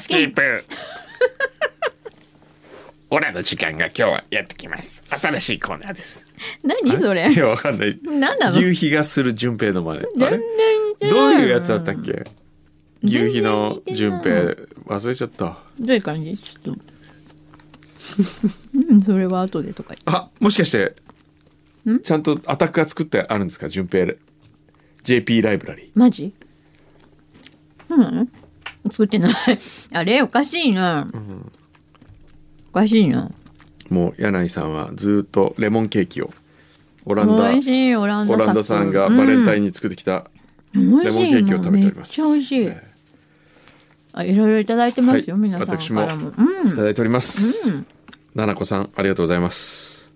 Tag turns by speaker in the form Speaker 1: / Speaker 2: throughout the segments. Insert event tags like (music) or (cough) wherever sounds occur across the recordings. Speaker 1: スケー (laughs) プオラの時間が今日はやってきます新しいコーナーです
Speaker 2: 何それ
Speaker 3: (laughs) いやわかんない
Speaker 2: 何なの
Speaker 3: 夕日がする順平の真似あ
Speaker 2: 全然
Speaker 3: れ
Speaker 2: 似てない
Speaker 3: どういうやつだったっけ夕日の
Speaker 2: 全
Speaker 3: 順
Speaker 2: 然似てない
Speaker 3: 平忘れちゃった
Speaker 2: どういう感じちょっと (laughs) うんそれは後でとか言って
Speaker 3: あもしかしてちゃんとアタックが作ってあるんですか順平 JP ライブラリ
Speaker 2: マジうん作ってない (laughs) あれおかしいな、おかしいな
Speaker 3: ーもう柳井さんはずっとレモンケーキをオランダ
Speaker 2: 美味しいオランダ
Speaker 3: オランダさんがバレンタインに作ってきた、
Speaker 2: ン
Speaker 3: レモンケーキを食べております
Speaker 2: めっちゃ美味しい、あいろいろいただいてますよ、
Speaker 3: はい
Speaker 2: 皆さん
Speaker 3: 私も
Speaker 2: からもうん
Speaker 3: いただいております、
Speaker 2: うん
Speaker 3: ななこさんありがとうございます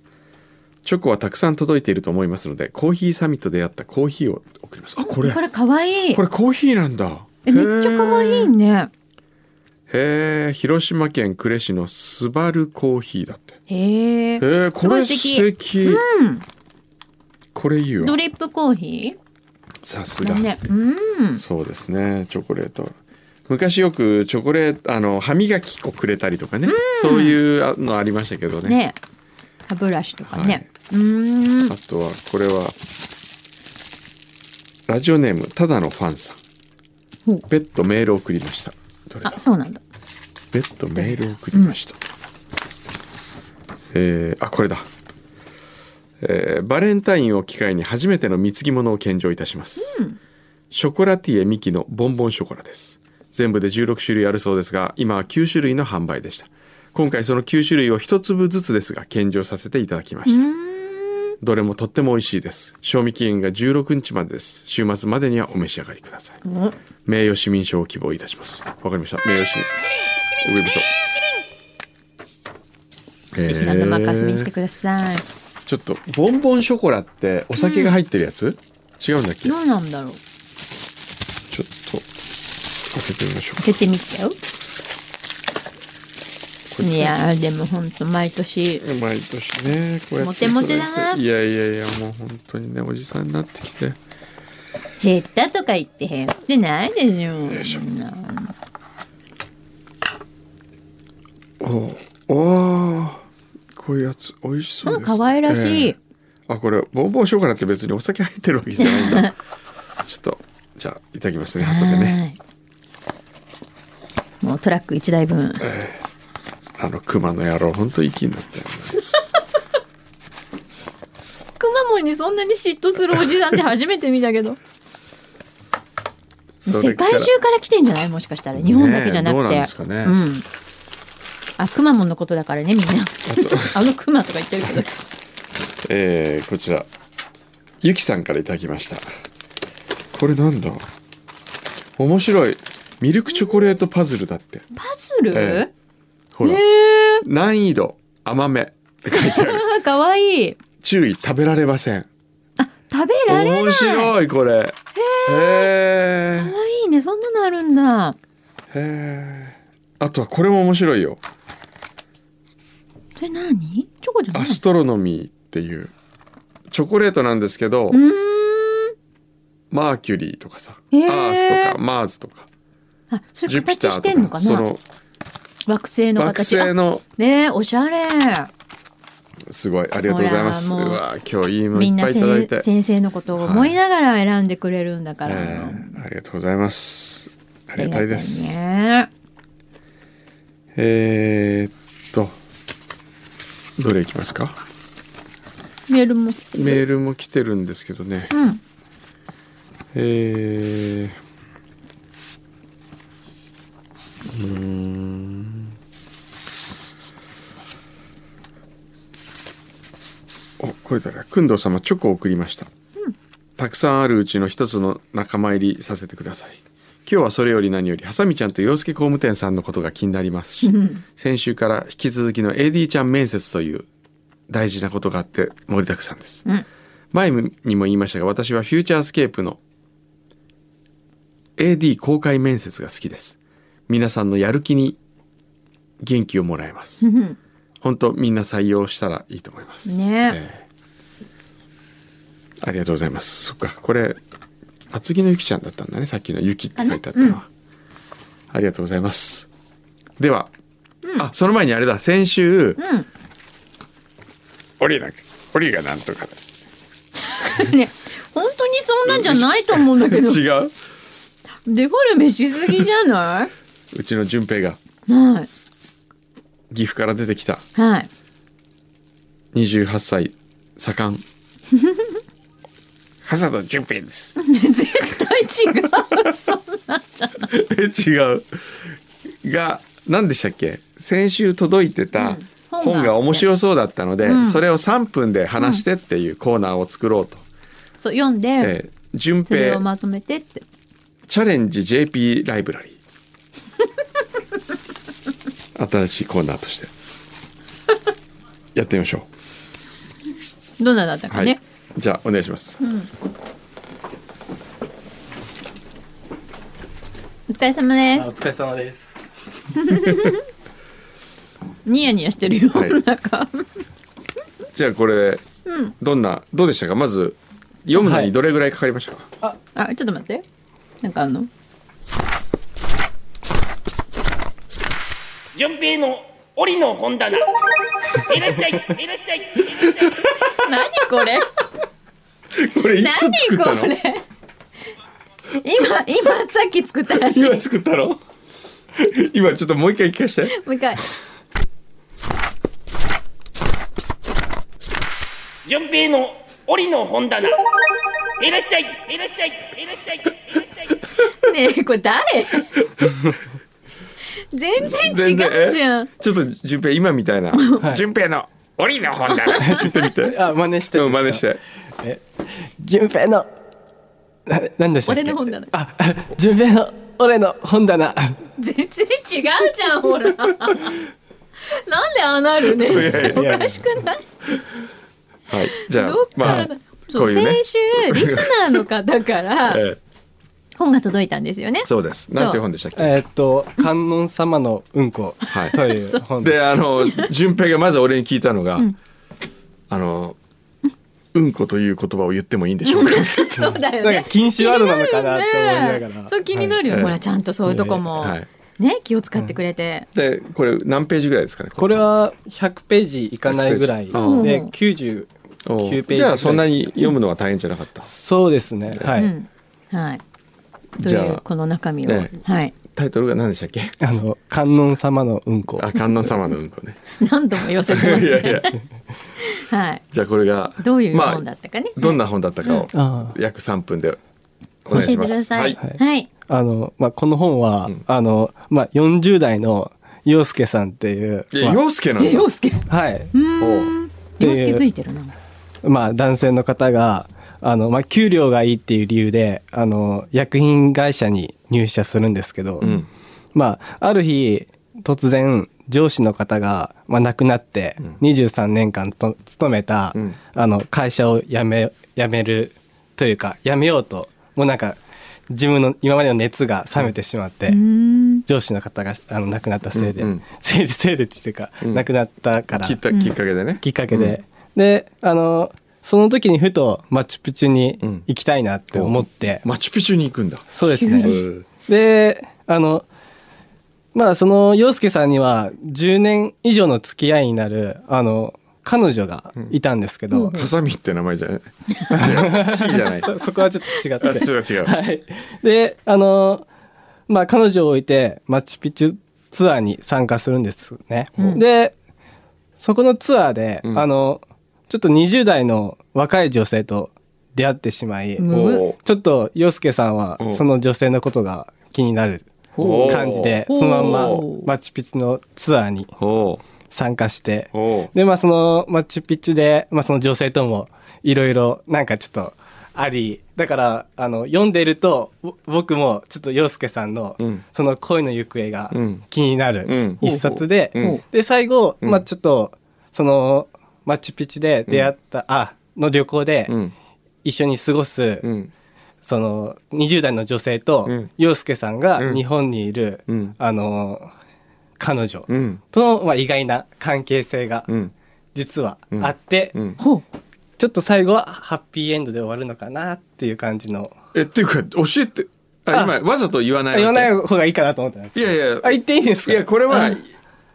Speaker 3: チョコはたくさん届いていると思いますのでコーヒーサミットでやったコーヒーを送りますあこれ
Speaker 2: これかわいい
Speaker 3: これコーヒーなんだ
Speaker 2: えめっちゃかわいいね
Speaker 3: へえ広島県呉市のスバルコーヒーだって
Speaker 2: へえ
Speaker 3: えー、こ
Speaker 2: すご
Speaker 3: れ
Speaker 2: い
Speaker 3: 素
Speaker 2: 素敵
Speaker 3: 敵これいいわ
Speaker 2: ドリップコーヒ
Speaker 3: さす
Speaker 2: ー
Speaker 3: が、
Speaker 2: だねうん
Speaker 3: そうですねチョコレート昔よくチョコレートあの歯磨き粉くれたりとかね、そういうのありましたけどね
Speaker 2: ね歯ブラシとかね、
Speaker 3: はいう
Speaker 2: ーん
Speaker 3: あとはこれはラジオネームただのファンさ
Speaker 2: ほ
Speaker 3: ん
Speaker 2: う
Speaker 3: 別途メールを送りましたどれだ
Speaker 2: あそうなんだ
Speaker 3: 別途メールを送りました、えーあこれだ、えーバレンタインを機会に初めての貢ぎ物を献上いたします、ショコラティエミキのボンボンショコラです全部で16種類あるそうですが今は9種類の販売でした今回その9種類を1粒ずつですが献上させていただきました、どれもとっても美味しいです賞味期限が16日までです週末までにはお召し上がりください
Speaker 2: お
Speaker 3: 名誉市民賞を希望いたしますわかりました名誉市民ウェブ賞
Speaker 2: ぜひ何度も赤字見に来て
Speaker 3: えー
Speaker 2: ください、
Speaker 3: ちょっとボンボンショコラってお酒が入ってるやつ、違うんだっけちょ
Speaker 2: ど
Speaker 3: っ
Speaker 2: うなんだろう
Speaker 3: と開けてみましょう
Speaker 2: 開けてみちゃういやーでもほんと毎年
Speaker 3: 毎年ねこうやって
Speaker 2: モテモテだない
Speaker 3: やいやいやもう本当にねおじさんになってきて
Speaker 2: 減ったとか言って減ってないでしょ
Speaker 3: いしょ
Speaker 2: な
Speaker 3: おおーこういうやつ美味しそうです、
Speaker 2: あ可愛らしい
Speaker 3: あこれボンボンショコラって別にお酒入ってるわけじゃない
Speaker 2: (laughs)
Speaker 3: んだちょっとじゃあいただきますね後でね
Speaker 2: はいもうトラック1台分
Speaker 3: あの熊の野郎本当息になったよね
Speaker 2: くまモンにそんなに嫉妬するおじさんって初めて見たけど (laughs)
Speaker 3: そ
Speaker 2: 世
Speaker 3: れか
Speaker 2: 界
Speaker 3: ら
Speaker 2: 中から来てんじゃないもしかしたら日本だけじゃなくて、
Speaker 3: ねえどうなんですかね
Speaker 2: うんあくまモンのことだからねみんなあのくまとか言ってる
Speaker 3: (laughs)
Speaker 2: けど
Speaker 3: えーこちらゆきさんからいただきましたこれなんだ面白いミルクチョコレートパズルだって
Speaker 2: パズル、
Speaker 3: え
Speaker 2: え
Speaker 3: ほら、
Speaker 2: え
Speaker 3: 難易度甘めって書いてある
Speaker 2: ー、かわいい
Speaker 3: 注意食べられません
Speaker 2: 食べられない
Speaker 3: 面白いこれへ
Speaker 2: か
Speaker 3: ー
Speaker 2: わいいねそんなのあるんだ
Speaker 3: へーあとはこれも面白いよ
Speaker 2: それ何チョコじゃない
Speaker 3: アストロノミーっていうチョコレートなんですけど
Speaker 2: うーん
Speaker 3: マーキュリーとかさ、
Speaker 2: へー
Speaker 3: アースとかマーズとか
Speaker 2: あそ
Speaker 3: ジ
Speaker 2: れ
Speaker 3: ュピ
Speaker 2: 形
Speaker 3: タ
Speaker 2: してん
Speaker 3: ー
Speaker 2: の
Speaker 3: と
Speaker 2: か
Speaker 3: かそ
Speaker 2: な
Speaker 3: の
Speaker 2: 惑星の
Speaker 3: 惑
Speaker 2: 形
Speaker 3: 星
Speaker 2: あ
Speaker 3: の
Speaker 2: ねえおしゃれ
Speaker 3: すごいありがとうございます。う
Speaker 2: ほらもう
Speaker 3: わ今日いいの
Speaker 2: み
Speaker 3: い
Speaker 2: ん
Speaker 3: っぱ
Speaker 2: ない
Speaker 3: い
Speaker 2: せ
Speaker 3: ただい
Speaker 2: ん
Speaker 3: て、
Speaker 2: 先生のことを思いながら選んでくれるんだから、
Speaker 3: えーありがとうございます。ありがたいです。
Speaker 2: ありがたいね
Speaker 3: えー、っとどれいきますか？
Speaker 2: メールも
Speaker 3: メールも来てるんですけどね。
Speaker 2: うん
Speaker 3: えー、うーん。おこれだね。くんどう様チョコを送りました。たくさんあるうちの一つの仲間入りさせてください今日はそれより何よりハサミちゃんと洋介工務店さんのことが気になりますし先週から引き続きの AD ちゃん面接という大事なことがあって盛りだくさんです、
Speaker 2: ん
Speaker 3: 前にも言いましたが私はフューチャースケープの AD 公開面接が好きです皆さんのやる気に元気をもらえます
Speaker 2: うん
Speaker 3: 本当みんな採用したらいいと思います
Speaker 2: ね
Speaker 3: えありがとうございますそっかこれ厚木のゆきちゃんだったんだねさっきの「ゆき」って書いてあったのは、ありがとうございますでは、あその前にあれだ先週、
Speaker 1: オリラ、オリがなんとかだ。
Speaker 2: ね本当にそんなんじゃないと思うんだけど
Speaker 3: 違う
Speaker 2: デフォルメしすぎじゃな
Speaker 3: うちの順平が
Speaker 2: いはい
Speaker 3: 岐阜から出てきた
Speaker 2: はい (laughs)
Speaker 3: 28歳
Speaker 2: (laughs)
Speaker 3: 左官
Speaker 1: ハサド純平です。
Speaker 2: 絶対違うそんなんじゃない
Speaker 3: え違うが何でしたっけ先週届いて
Speaker 2: う
Speaker 3: た
Speaker 2: ん本が
Speaker 3: 本が面白そうだったので、
Speaker 2: うん
Speaker 3: それを3分で話してっていうコーナーを作ろうと、
Speaker 2: (laughs) そう読んで、
Speaker 3: えー順
Speaker 2: それを
Speaker 3: 平
Speaker 2: まとめてって
Speaker 3: チャレンジ JP ライブ
Speaker 2: (laughs)
Speaker 3: ラリー新しいコーナーとしてやってみましょ
Speaker 2: どんなだった
Speaker 3: うは
Speaker 2: か
Speaker 3: い、
Speaker 2: ね、
Speaker 3: じゃあお願いします、
Speaker 2: お疲れ様で
Speaker 4: あお
Speaker 2: す
Speaker 4: 疲れ様です。
Speaker 2: (laughs) ニヤニヤしてるよ、
Speaker 3: はい
Speaker 2: なんか
Speaker 3: じゃあこれ、どんなどうでしたかまず読むのにどれぐらいかかりましたか、
Speaker 2: あちょっと待ってなんかあんの
Speaker 5: 順平の檻の本棚。いらっしゃい、いらっしゃい、いらっしゃい。
Speaker 2: 何こ
Speaker 3: (laughs)
Speaker 2: れ
Speaker 3: これいつ
Speaker 2: 何
Speaker 3: 作ったの
Speaker 2: これ (laughs) 今今さっき作ったらしい
Speaker 3: (laughs) 今作ったの今ちょっともう一回聞かせて
Speaker 2: もう一回
Speaker 5: 順平の檻の本棚。いらっしゃい、いらっしゃい、いらっしゃい、いらっしゃい。
Speaker 2: ねえこれ誰全然違うじゃん
Speaker 3: ちょっと順平今みたいなち
Speaker 4: はい
Speaker 1: 純平のオリの本棚。
Speaker 3: ょっと見て
Speaker 4: (laughs) あ、真似して。
Speaker 3: うん真似し。
Speaker 4: (laughs)
Speaker 3: て
Speaker 4: 順平の。な、なんでしたっけ。
Speaker 2: 俺の本棚
Speaker 4: あ、順平の、俺の本棚。
Speaker 2: 全然違うじゃんほらなんでああなるね
Speaker 4: いや
Speaker 2: おかしくない
Speaker 3: はいじゃあ
Speaker 2: どっから
Speaker 3: まあ
Speaker 2: だ、
Speaker 3: こ
Speaker 2: そう
Speaker 3: ういうね
Speaker 2: 先週リスナーの方から
Speaker 3: ええ
Speaker 2: 本が届いたんですよね
Speaker 3: そうですなんていう本でしたっけ
Speaker 4: えーっと、観音様のうんこ。
Speaker 3: はい
Speaker 4: という本で。
Speaker 3: ですあの順平がまず俺に聞いたのがあのうんこという言葉を言ってもいいんでしょうか
Speaker 2: そうだよね。
Speaker 4: なんか禁止ワードなのかなって思
Speaker 2: 気にる
Speaker 4: いながら
Speaker 2: よねそう気になるよ、
Speaker 3: はい
Speaker 2: ほらちゃんとそういうとこも、
Speaker 3: はい
Speaker 2: ね気を使ってくれて、
Speaker 3: でこれ何ページぐらいですかね
Speaker 4: これは100ページいかないぐらいで
Speaker 3: 100
Speaker 2: ページあ
Speaker 4: 99
Speaker 3: お
Speaker 4: ページ
Speaker 3: じゃあそんなに読むのは大変じゃなかった
Speaker 4: そうですねはい、
Speaker 2: うんはいと
Speaker 3: じ
Speaker 2: い
Speaker 3: ゃ
Speaker 2: う
Speaker 3: あ
Speaker 2: この中身を、
Speaker 3: ね
Speaker 2: はい
Speaker 3: タイトルが何でしたっけ
Speaker 4: あの観音様のうんこ
Speaker 3: あ観音様のうんこね
Speaker 2: 何度も言わせてます
Speaker 3: (laughs) い
Speaker 2: ね
Speaker 3: やいや
Speaker 2: はい
Speaker 3: じゃあこれが
Speaker 2: どういう
Speaker 3: まあ
Speaker 2: 本だったかね、
Speaker 3: どんな本だったかを
Speaker 4: あ
Speaker 3: 約3分でお
Speaker 2: 教え
Speaker 3: 願いしてま
Speaker 2: く
Speaker 3: す。
Speaker 2: ださい
Speaker 3: は
Speaker 2: はいい、
Speaker 4: あの、まあ、この本は、あの、まあ、40代の洋介さんっていう、
Speaker 3: いや、
Speaker 4: ま
Speaker 3: 洋介なんだ
Speaker 2: え。陽介
Speaker 4: あ、はい、
Speaker 2: うん陽介ついてるな
Speaker 4: まあ、男性の方が、あの、まあ、給料がいいっていう理由で、あの、薬品会社に入社するんですけど、
Speaker 3: ん
Speaker 4: まあ、ある日、突然、上司の方が、まあ、亡くなって、23年間と勤めた、
Speaker 3: ん
Speaker 4: あの、会社を辞め、辞めるというか、辞めようと、もうなんか、自分の今までの熱が冷めてしまって、
Speaker 2: うん
Speaker 4: 上司の方があの亡くなったせいで、
Speaker 3: うんうん
Speaker 4: (laughs) せいでせいでっていうか、
Speaker 3: ん
Speaker 4: 亡くなったから
Speaker 3: きっかきっかけでね。
Speaker 4: きっかけで、であのその時にふとマチュピチュに
Speaker 3: うん
Speaker 4: 行きたいなって思って、
Speaker 3: マチュピチュに行くんだ。
Speaker 4: そうです
Speaker 3: へ
Speaker 4: ね
Speaker 3: ー
Speaker 4: であのまあその洋介さんには10年以上の付き合いになるあの彼女がいたんですけど、
Speaker 3: ハサミって名前
Speaker 2: (laughs)
Speaker 3: じゃない。違うチーじゃない。
Speaker 4: (laughs) そそこはちょっと違
Speaker 3: あ
Speaker 4: って
Speaker 3: 違う違う。
Speaker 4: はい、であのまあ彼女を置いてマチュピチュツアーに参加するんですね、
Speaker 2: うん
Speaker 4: でそこのツアーで、
Speaker 3: うん
Speaker 4: あのちょっと20代の若い女性と出会ってしまい、
Speaker 2: うん
Speaker 3: お
Speaker 4: ちょっと洋介さんは
Speaker 3: うん
Speaker 4: その女性のことが気になる
Speaker 3: お
Speaker 4: 感じで
Speaker 2: おー
Speaker 4: そのまん
Speaker 2: おー
Speaker 4: まマチュピチュのツアーに
Speaker 3: おお
Speaker 4: 参加して
Speaker 3: おお
Speaker 4: でまあそのマチュピチュで、まあ、その女性ともいろいろなんかちょっとありだからあの読んでるとぼ僕もちょっと洋介さんの、
Speaker 3: うん
Speaker 4: その恋の行方が
Speaker 3: うん
Speaker 4: 気にな
Speaker 3: う
Speaker 4: る
Speaker 3: ん
Speaker 4: 一冊で、
Speaker 3: うん
Speaker 4: で最後、まあ、ちょっとそのマチュピチュで出会った、あの旅行で
Speaker 3: うん
Speaker 4: 一緒に過ごす、
Speaker 3: うん
Speaker 4: その20代の女性と、
Speaker 3: うん
Speaker 4: 洋介さん
Speaker 3: う
Speaker 4: が
Speaker 3: ん
Speaker 4: 日本にいる、
Speaker 3: うん
Speaker 4: あの彼女
Speaker 3: うん
Speaker 4: との、まあ、意外な関係性が。
Speaker 3: うん
Speaker 4: 実は
Speaker 3: うん
Speaker 4: あって、
Speaker 3: うん。
Speaker 2: ほう
Speaker 4: ちょっと最後はハッピーエンドで終わるのかなっていう感じの
Speaker 3: えっていうか教えてあ今わざと言わない
Speaker 4: 言わない方がいいかなと思ったんです
Speaker 3: いやいや
Speaker 4: あ言っていいんです
Speaker 3: い
Speaker 4: か
Speaker 3: やこれは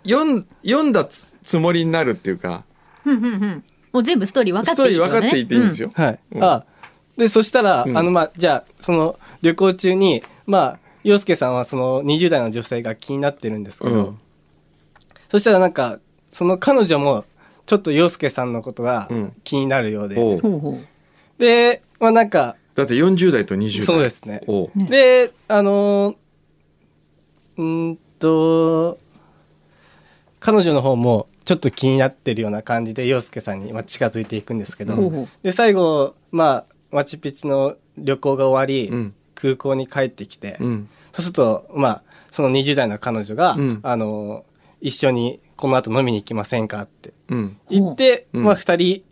Speaker 3: 読ん読んだつつもりになるっていうか
Speaker 2: もう全部ストーリー分か
Speaker 3: ス
Speaker 2: ってい
Speaker 3: トーリ
Speaker 2: い
Speaker 3: ー分かっていっていいんですよ、
Speaker 4: はい。
Speaker 3: うん
Speaker 4: あ、で、そしたら、
Speaker 3: ん
Speaker 4: あの、まあ、じゃあ、その、旅行中に、まあ、洋介さんはその20代の女性が気になってるんですけど、
Speaker 3: うん
Speaker 4: そしたらなんか、その彼女も、ちょっと洋介さんのことが
Speaker 3: うん
Speaker 4: 気になるようで、
Speaker 3: おう
Speaker 2: ほうほう。
Speaker 4: で、まあなんか、
Speaker 3: だって40代と20代
Speaker 4: そうですね
Speaker 3: おう
Speaker 2: ね
Speaker 4: で、あのー、うーんと、彼女の方もちょっと気になってるような感じで洋介さんにまあ近づいていくんですけど、
Speaker 2: ほうほう
Speaker 4: で最後、まあ、マチュピチュの旅行が終わり、
Speaker 3: うん
Speaker 4: 空港に帰ってきて、
Speaker 3: うん
Speaker 4: そうすると、まあ、その20代の彼女が、
Speaker 3: うん
Speaker 4: あのー一緒にこの後飲みに行きませんかって
Speaker 3: うん
Speaker 4: 言って、
Speaker 3: うん
Speaker 4: まあ二人、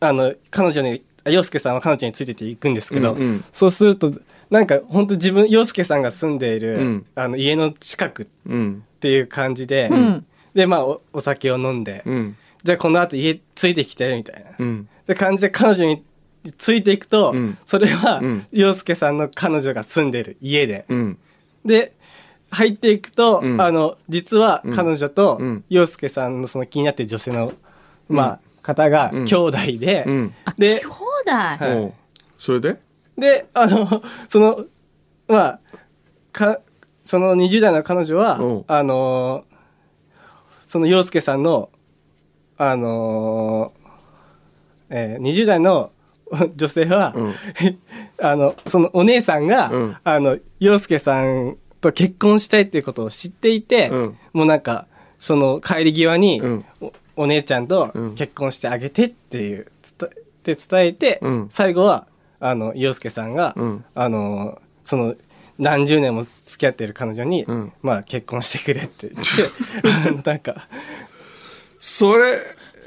Speaker 4: あの、彼女に、あ洋介さんは彼女についてっていくんですけど、
Speaker 3: うんうん
Speaker 4: そうすると、なんか本当自分、洋介さんが住んでいる、
Speaker 3: うん
Speaker 4: あの家の近くっ
Speaker 3: うん
Speaker 4: ていう感じで、
Speaker 2: ん
Speaker 4: で、まあおお酒を飲んで、
Speaker 3: うん
Speaker 4: じゃあこの後家ついてきて、みたいな。っ
Speaker 3: うん
Speaker 4: て感じで彼女についていくと、
Speaker 3: うん
Speaker 4: それは、
Speaker 3: うん
Speaker 4: 洋介さんの彼女が住んでる家で、
Speaker 3: うん
Speaker 4: で入っていくと、
Speaker 3: うん
Speaker 4: あの実は彼女と
Speaker 3: うん
Speaker 4: 洋介さんのその気になってる女性の、まあ、方が
Speaker 3: うん
Speaker 4: 兄弟で、
Speaker 3: うん
Speaker 2: 兄
Speaker 4: で
Speaker 2: 弟。
Speaker 4: はい
Speaker 3: おうそれで
Speaker 4: であの (laughs) そのまあかその20代の彼女
Speaker 3: お
Speaker 4: は
Speaker 3: う
Speaker 4: あのその洋介さんのあの、えー、20代の (laughs) 女性は、
Speaker 3: うん
Speaker 4: (laughs) あのそのお姉さんが、
Speaker 3: うん
Speaker 4: あの洋介さんと結婚したいっていうことを知っていて、
Speaker 3: うん
Speaker 4: もうなんかその帰り際に、
Speaker 3: うん
Speaker 4: おお姉ちゃんと
Speaker 3: うん
Speaker 4: 結婚してあげてっていう伝えで伝えて、
Speaker 3: うん
Speaker 4: 最後はあの洋介さんが、
Speaker 3: うん
Speaker 4: あのその何十年も付き合ってる彼女に、
Speaker 3: うん
Speaker 4: まあ結婚してくれって言ってあ
Speaker 3: (laughs)
Speaker 4: のなんか
Speaker 3: それ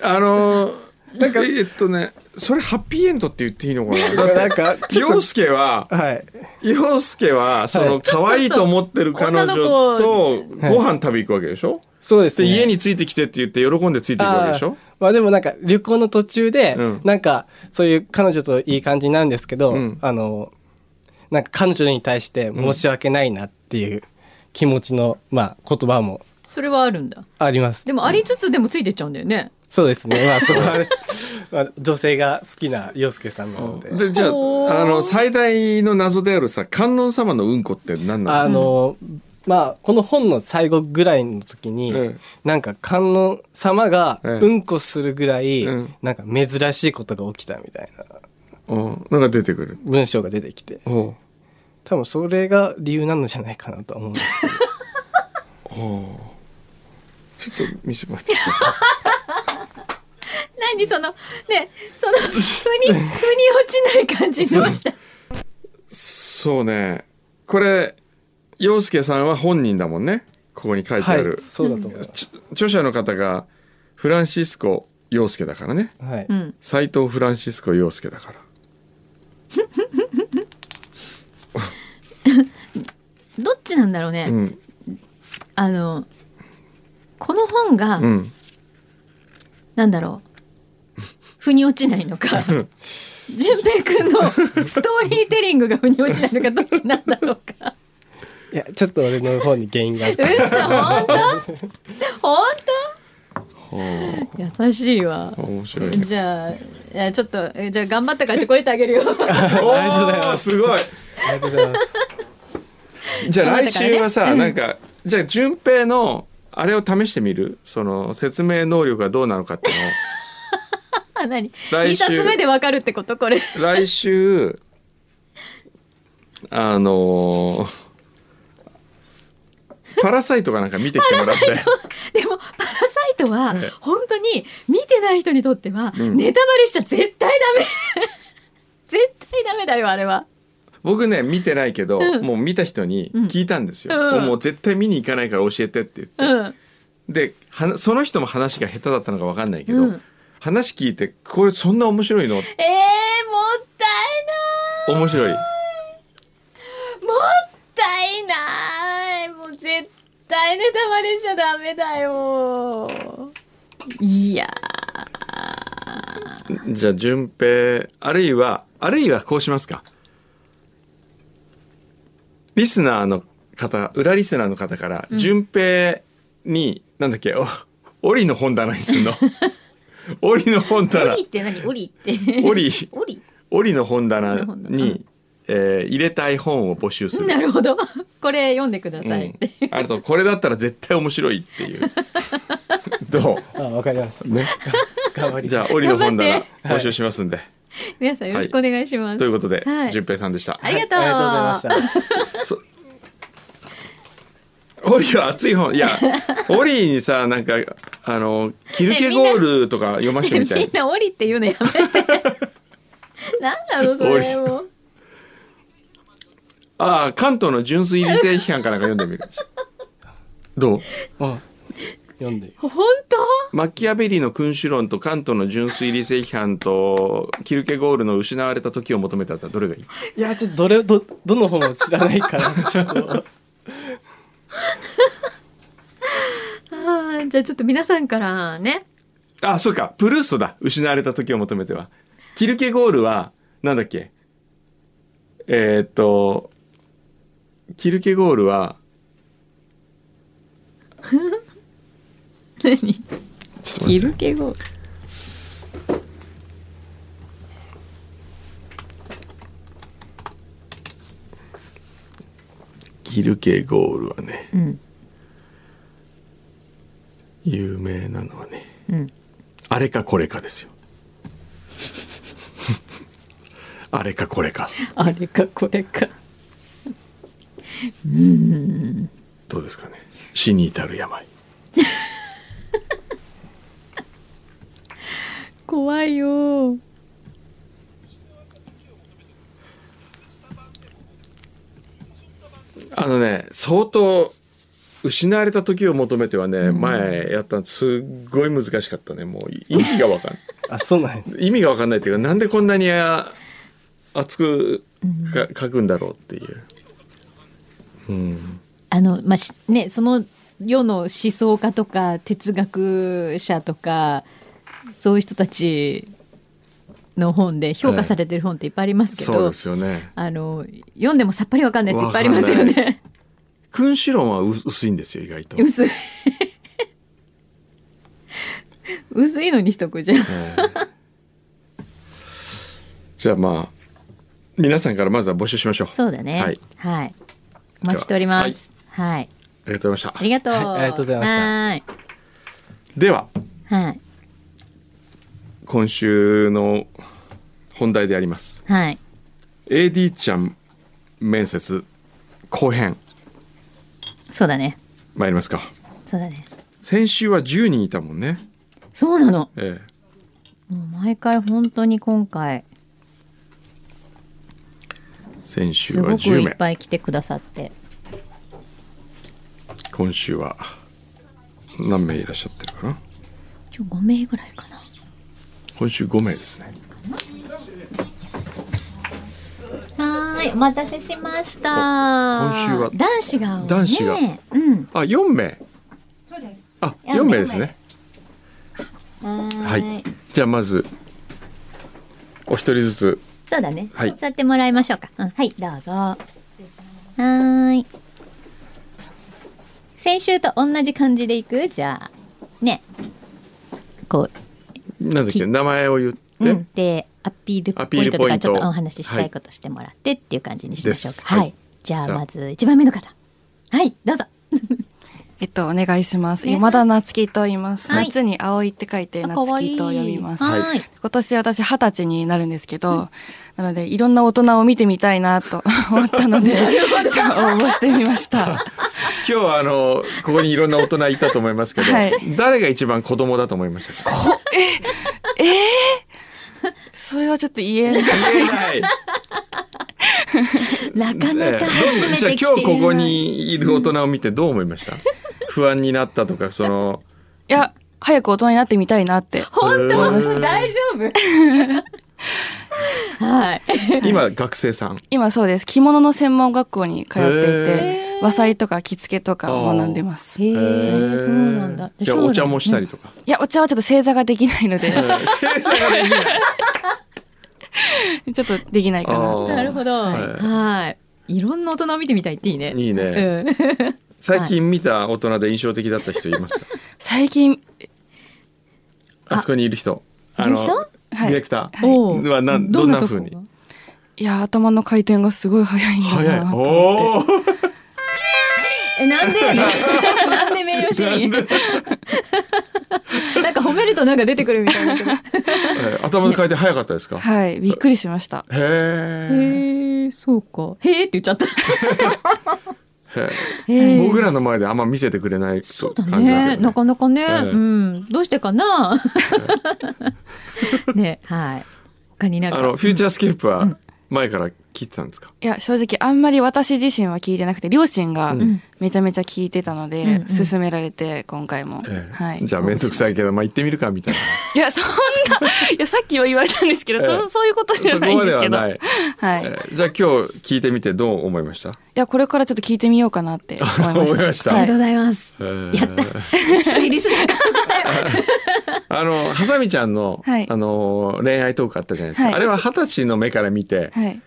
Speaker 3: あの
Speaker 4: (laughs)
Speaker 3: ー、なんかえっとねそれハッピーエンドって言っていいのかなだ
Speaker 4: な
Speaker 3: っ
Speaker 4: んか
Speaker 3: て陽介は
Speaker 4: はい
Speaker 3: 陽介はその可愛いと思ってる彼女とご飯食べ行くわけでしょ
Speaker 4: そうです
Speaker 3: で
Speaker 4: ね
Speaker 3: 家についてきてって言って喜んでついていくわけでし
Speaker 4: あ
Speaker 3: ょ
Speaker 4: ーまあでもなんか旅行の途中で、
Speaker 3: うん
Speaker 4: なんかそういう彼女といい感じになるんですけど、
Speaker 3: うん
Speaker 4: あのなんか彼女に対して申し訳ないなっていう気持ちの、まあ言葉も
Speaker 2: それはあるんだ。
Speaker 4: あります
Speaker 2: でもありつつでもついてっちゃうんだよね。
Speaker 4: そうですねまあそこ (laughs) は、まあ、女性が好きな洋介さんなので、
Speaker 3: でじゃあ
Speaker 2: ほー
Speaker 3: あの最大の謎であるさ観音様のうんこって何なの
Speaker 4: あの、まあこの本の最後ぐらいの時に、
Speaker 3: ええ
Speaker 4: なんか観音様が
Speaker 3: ええ
Speaker 4: うんこするぐらい、
Speaker 3: うん
Speaker 4: なんか珍しいことが起きたみたいな
Speaker 3: うんなんか出てくる
Speaker 4: 文章が出てきて
Speaker 3: おう
Speaker 4: 多分それが理由なのじゃないかなとは思うんですけど
Speaker 3: ちょっと見せます (laughs)
Speaker 2: 何その、ね、その、
Speaker 3: (laughs)
Speaker 2: ふに、ふに落ちない感じどうした
Speaker 3: そうねこれ陽介さんは本人だもんねここに書いてある、
Speaker 4: はいそうだと思います、
Speaker 3: ち著者の方がフランシスコ陽介だからね
Speaker 4: はい
Speaker 2: うん。
Speaker 3: 斎藤フランシスコ陽介だから
Speaker 2: どっちなんだろうね。
Speaker 3: うん
Speaker 2: あの、この本が、
Speaker 3: うん
Speaker 2: なんだろう。 (laughs) 腑に落ちないの
Speaker 3: (laughs)
Speaker 2: か。淳平くんのストーリーテリングが腑に落ちないのか、どっちなんだろうか。
Speaker 4: いやちょっと俺の方に原因がある
Speaker 2: 嘘本当本当優しいわ。
Speaker 3: 面白い
Speaker 2: じゃあ、いやちょっと、えじゃあ頑張ったからチョコレート (laughs) あげる
Speaker 3: (laughs)
Speaker 2: よ。
Speaker 3: おおすごい
Speaker 4: ありがとうございます
Speaker 3: じゃあ来週は
Speaker 2: だ
Speaker 3: さ、
Speaker 2: からね
Speaker 3: なんかじゃあ順平のあれを試してみるその説明能力がどうなのかっていう
Speaker 2: あ、何
Speaker 3: 来週
Speaker 2: ?2 冊目でわかるってこと
Speaker 3: (laughs)
Speaker 2: これ。
Speaker 3: のを来週あのーパラサイトかなんか見てきてもらって
Speaker 2: でも、パラサイトは、本当に、見てない人にとっては、ネタバレしちゃ絶対ダメ。絶対ダメだよ、あれは。
Speaker 3: 僕ね見てないけど、もう見た人に聞いたんですよ、
Speaker 2: うん
Speaker 3: もう絶対見に行かないから教えてって言って、
Speaker 2: うん。
Speaker 3: ではその人も話が下手だったのか分かんないけど、
Speaker 2: うん
Speaker 3: 話聞いてこれそんな面白いの
Speaker 2: えー、もったいな
Speaker 3: 面白い
Speaker 2: いもったいないもう絶対ネタバレしちゃダメだよいや
Speaker 3: じゃあ順平あるいはあるいはこうしますかリスナーの方、裏リスナーの方から、順平に、なんだっけ、お、檻の本棚にす
Speaker 2: (laughs)
Speaker 3: んの。檻の本
Speaker 2: オ
Speaker 3: 棚
Speaker 2: リ、って何オリって。
Speaker 3: 檻、
Speaker 2: オリ
Speaker 3: 檻の本
Speaker 2: 檻
Speaker 3: 棚
Speaker 2: の本棚う
Speaker 3: に、えー入れたい本を募集する。
Speaker 2: なるほど。これ読んでくだ
Speaker 3: う
Speaker 2: さいっ
Speaker 3: ん
Speaker 2: て。、
Speaker 3: あとこれだったら絶対面白いっていう
Speaker 2: (laughs)
Speaker 3: ど
Speaker 4: あ、わかりました。
Speaker 3: う、ね、
Speaker 4: 頑張ります
Speaker 3: じゃあ檻の本
Speaker 2: 頑張
Speaker 3: 棚
Speaker 2: って
Speaker 3: 募集しますんで、
Speaker 2: (laughs) 皆さんよろしくお願いします。
Speaker 3: ということで、
Speaker 2: はい
Speaker 3: 順平さんでした
Speaker 2: ありがとう。
Speaker 4: ありがとうございました。
Speaker 3: そオリは熱い本
Speaker 2: (laughs)
Speaker 3: いやオリにさなんかあのキルケゴールとか読ましてみた
Speaker 2: み
Speaker 3: い
Speaker 2: んなオリって言うのやめて。
Speaker 4: (laughs)
Speaker 2: なんなのそ
Speaker 3: オリ
Speaker 2: れもう。
Speaker 3: ああ関東の純粋理性批判かなんか読んでみるどう
Speaker 4: うん読んで。
Speaker 2: 本当
Speaker 3: マキアベリーの君主論と関東の純粋理性批判とキルケゴールの失われた時を求めたったらどれがいい
Speaker 4: いや、ちょっとどれ、ど、どの本も知らないから、ちょっと。
Speaker 2: あーじゃあちょっと皆さんからね。
Speaker 3: あそうかプルーストだ失われた時を求めてはキルケゴールはなんだっけえーっとキルケゴールは
Speaker 2: 何
Speaker 3: ちょっと待
Speaker 2: キ
Speaker 3: って
Speaker 2: ルケゴール。
Speaker 3: キルケゴールはね
Speaker 2: うん。
Speaker 3: 有名なのはね、
Speaker 2: うん
Speaker 3: あれかこれかですよ (laughs) あれかこれか
Speaker 2: あれかこれか。
Speaker 3: どうですかね死に至る病
Speaker 2: 怖いよ。
Speaker 3: あのね相当失われた時を求めてはね、前やったのすっごい難しかったねもう意味がわかんない
Speaker 4: (laughs) あ、そうなんで
Speaker 2: (laughs)
Speaker 4: す。
Speaker 3: 意味が分かんないっていうかなんでこんなにあ熱くか書くんだろうっていう、うん、
Speaker 2: あの、まあ、しね、その世の思想家とか哲学者とか、そういう人たちの本で評価されてる本っていっぱいありますけど、
Speaker 3: そうですよね
Speaker 2: あの、読んでもさっぱりわかんないやついっぱいありますよ
Speaker 3: わかん
Speaker 2: ね。
Speaker 3: 君主論はう薄いんですよ意外と、
Speaker 2: 薄い。薄いのにしとくじゃん。
Speaker 3: ええじゃあまあ皆さんからまずは募集しましょう
Speaker 2: そうだね。
Speaker 3: は
Speaker 2: はいい。お待ちしております。はい、
Speaker 3: ありがとうござい
Speaker 2: あ
Speaker 3: まし
Speaker 2: りがとう、
Speaker 4: はいありがとうございました
Speaker 2: はーい。
Speaker 3: たでは
Speaker 2: はい。
Speaker 3: 今週の本題であります
Speaker 2: はい。
Speaker 3: AD ちゃん面接後編
Speaker 2: そうだね。
Speaker 3: 参りますか
Speaker 2: そうだね。
Speaker 3: 先週は10人いたもんね、
Speaker 2: そうなの。
Speaker 3: ええ
Speaker 2: もう毎回本当に今回
Speaker 3: 先週
Speaker 2: す
Speaker 3: は
Speaker 2: ごく
Speaker 3: 10
Speaker 2: いっ
Speaker 3: 名
Speaker 2: ぱい来てくださって
Speaker 3: 今週は何名いらっしゃってるかな
Speaker 2: 今日5名ぐらいかな
Speaker 3: 今週5名ですね
Speaker 2: はーいお待たせしました今
Speaker 3: 今週は
Speaker 2: 男子が多いね
Speaker 3: 男子が
Speaker 2: うん
Speaker 3: あ4名
Speaker 6: そうです。
Speaker 3: あ
Speaker 2: いや
Speaker 3: 4名ですね
Speaker 2: はー
Speaker 3: はいいじゃあまずお一人ずつ
Speaker 2: そうだね、
Speaker 3: はい
Speaker 2: 座ってもらいましょうか、うん、はいどうぞはーい先週と同じ感じでいくじゃあねこ
Speaker 3: なんだっけ
Speaker 2: き
Speaker 3: 名前を言って、
Speaker 2: う、うん、でアピール
Speaker 3: ア
Speaker 2: ポ
Speaker 3: ピ
Speaker 2: イ
Speaker 3: ー
Speaker 2: ン
Speaker 3: ル
Speaker 2: トと
Speaker 3: ポイ
Speaker 2: か
Speaker 3: ン
Speaker 2: ち
Speaker 3: ト
Speaker 2: ょっとお話しした
Speaker 3: はい
Speaker 2: いことしてもらってっていう感じにしましょうか
Speaker 3: です
Speaker 2: はい、
Speaker 3: はい
Speaker 2: じゃあ
Speaker 3: じゃあ
Speaker 2: まず1番目の方はいどうぞ
Speaker 6: えっと、お願いします。
Speaker 2: お願い
Speaker 6: 山
Speaker 2: します
Speaker 6: 田夏樹と言います。
Speaker 2: はい
Speaker 6: 夏に青いって書いて、夏樹と呼びます。
Speaker 2: あ可愛い
Speaker 3: は
Speaker 2: はいい
Speaker 6: 今年私二十歳になるんですけど、
Speaker 2: (laughs)
Speaker 6: なのでいろんな大人を見てみたいなと思ったので、ちょっと応募してみました。
Speaker 3: 今日はあのここにいろんな大人いたと思いますけど、
Speaker 6: はい
Speaker 3: 誰が一番子供だと思いましたか
Speaker 6: それはちょっと言えない。
Speaker 3: 言えない
Speaker 2: なかなか
Speaker 3: ええ
Speaker 2: 初
Speaker 3: どう
Speaker 2: め
Speaker 3: じゃあ
Speaker 2: て来て
Speaker 3: 今日ここ
Speaker 2: い
Speaker 3: にいる大人を見てどう思いました不安になったとかその
Speaker 6: いや、早く大人になってみたいなって。
Speaker 2: 本
Speaker 3: 思いまし
Speaker 2: 当
Speaker 3: た
Speaker 2: 大丈夫はい
Speaker 3: 今学生さん
Speaker 6: 今そうです。着物の専門学校に通ってい
Speaker 3: へ
Speaker 6: て、和裁とか着付けとか学んでます。い
Speaker 2: へえそうなんだ
Speaker 3: じゃあお茶もしたりとか、
Speaker 6: や、お茶はちょっと正座ができないので、
Speaker 3: 正座ができな
Speaker 6: (laughs)
Speaker 3: い
Speaker 6: ちょっとできないかな
Speaker 3: (laughs) あー
Speaker 6: と。
Speaker 2: (laughs) なるほど
Speaker 3: は
Speaker 2: はいい、いろんな大人を見てみたいっていいね。
Speaker 3: いいね
Speaker 2: うん、
Speaker 3: 最近見た大人で印象的だった人いますか
Speaker 7: 最近
Speaker 3: あそこにいる人あ
Speaker 2: いる人
Speaker 3: デ
Speaker 7: はい
Speaker 3: ィレクター
Speaker 2: おう
Speaker 3: はなどんな風に
Speaker 2: どんなとこ
Speaker 7: いや頭の回転がすごい早いん
Speaker 3: 早
Speaker 7: だ
Speaker 3: い
Speaker 7: なと思っ
Speaker 3: おー
Speaker 2: えなんでなんで名誉市民なんか褒めるとなんか出てくるみたいなけど
Speaker 3: えー頭の回転早かったですか
Speaker 7: てはいびっくりしました
Speaker 3: へえ
Speaker 2: へえそうかへえって言っちゃったへー
Speaker 3: 僕らの前であんま見せてくれない
Speaker 2: そう
Speaker 3: 感じ
Speaker 2: だ
Speaker 3: だけど
Speaker 2: ねなかなかね、
Speaker 3: ええ
Speaker 2: うんどうしてかな (laughs) ねはい他になんか
Speaker 3: あのフューチャースケープは前から聞いてたんですか
Speaker 7: いや正直あんまり私自身は聞いてなくて両親が
Speaker 3: うん
Speaker 7: めちゃめちゃ聞いてたので、
Speaker 2: うんうん
Speaker 7: 勧められて今回も、
Speaker 3: ええ
Speaker 7: はい
Speaker 3: じゃあ面倒くさいけどまあ行ってみるかみたいない
Speaker 7: やそんないやさっきは言われたんですけ
Speaker 3: (laughs)
Speaker 7: ど、
Speaker 3: ええ
Speaker 7: そそういうことじゃ
Speaker 3: そ
Speaker 7: ない
Speaker 3: こ
Speaker 7: ん
Speaker 3: ま
Speaker 7: で
Speaker 3: ですは
Speaker 7: けど
Speaker 3: ない、
Speaker 7: は
Speaker 3: え
Speaker 7: い、い
Speaker 3: ーじゃあ今日聞いてみてどう思いました
Speaker 7: やこれからちょっと聞いてみようかなって思
Speaker 3: (laughs)
Speaker 7: いました
Speaker 3: 思いました
Speaker 2: ありが
Speaker 7: は
Speaker 2: とう
Speaker 7: い、
Speaker 2: ございますやった一人リスナー獲得したよ
Speaker 3: あのハサミちゃんの、
Speaker 7: はい
Speaker 3: あの恋愛トークあったじゃないですか、
Speaker 7: はい
Speaker 3: あれは二十歳の目から見て
Speaker 7: はい、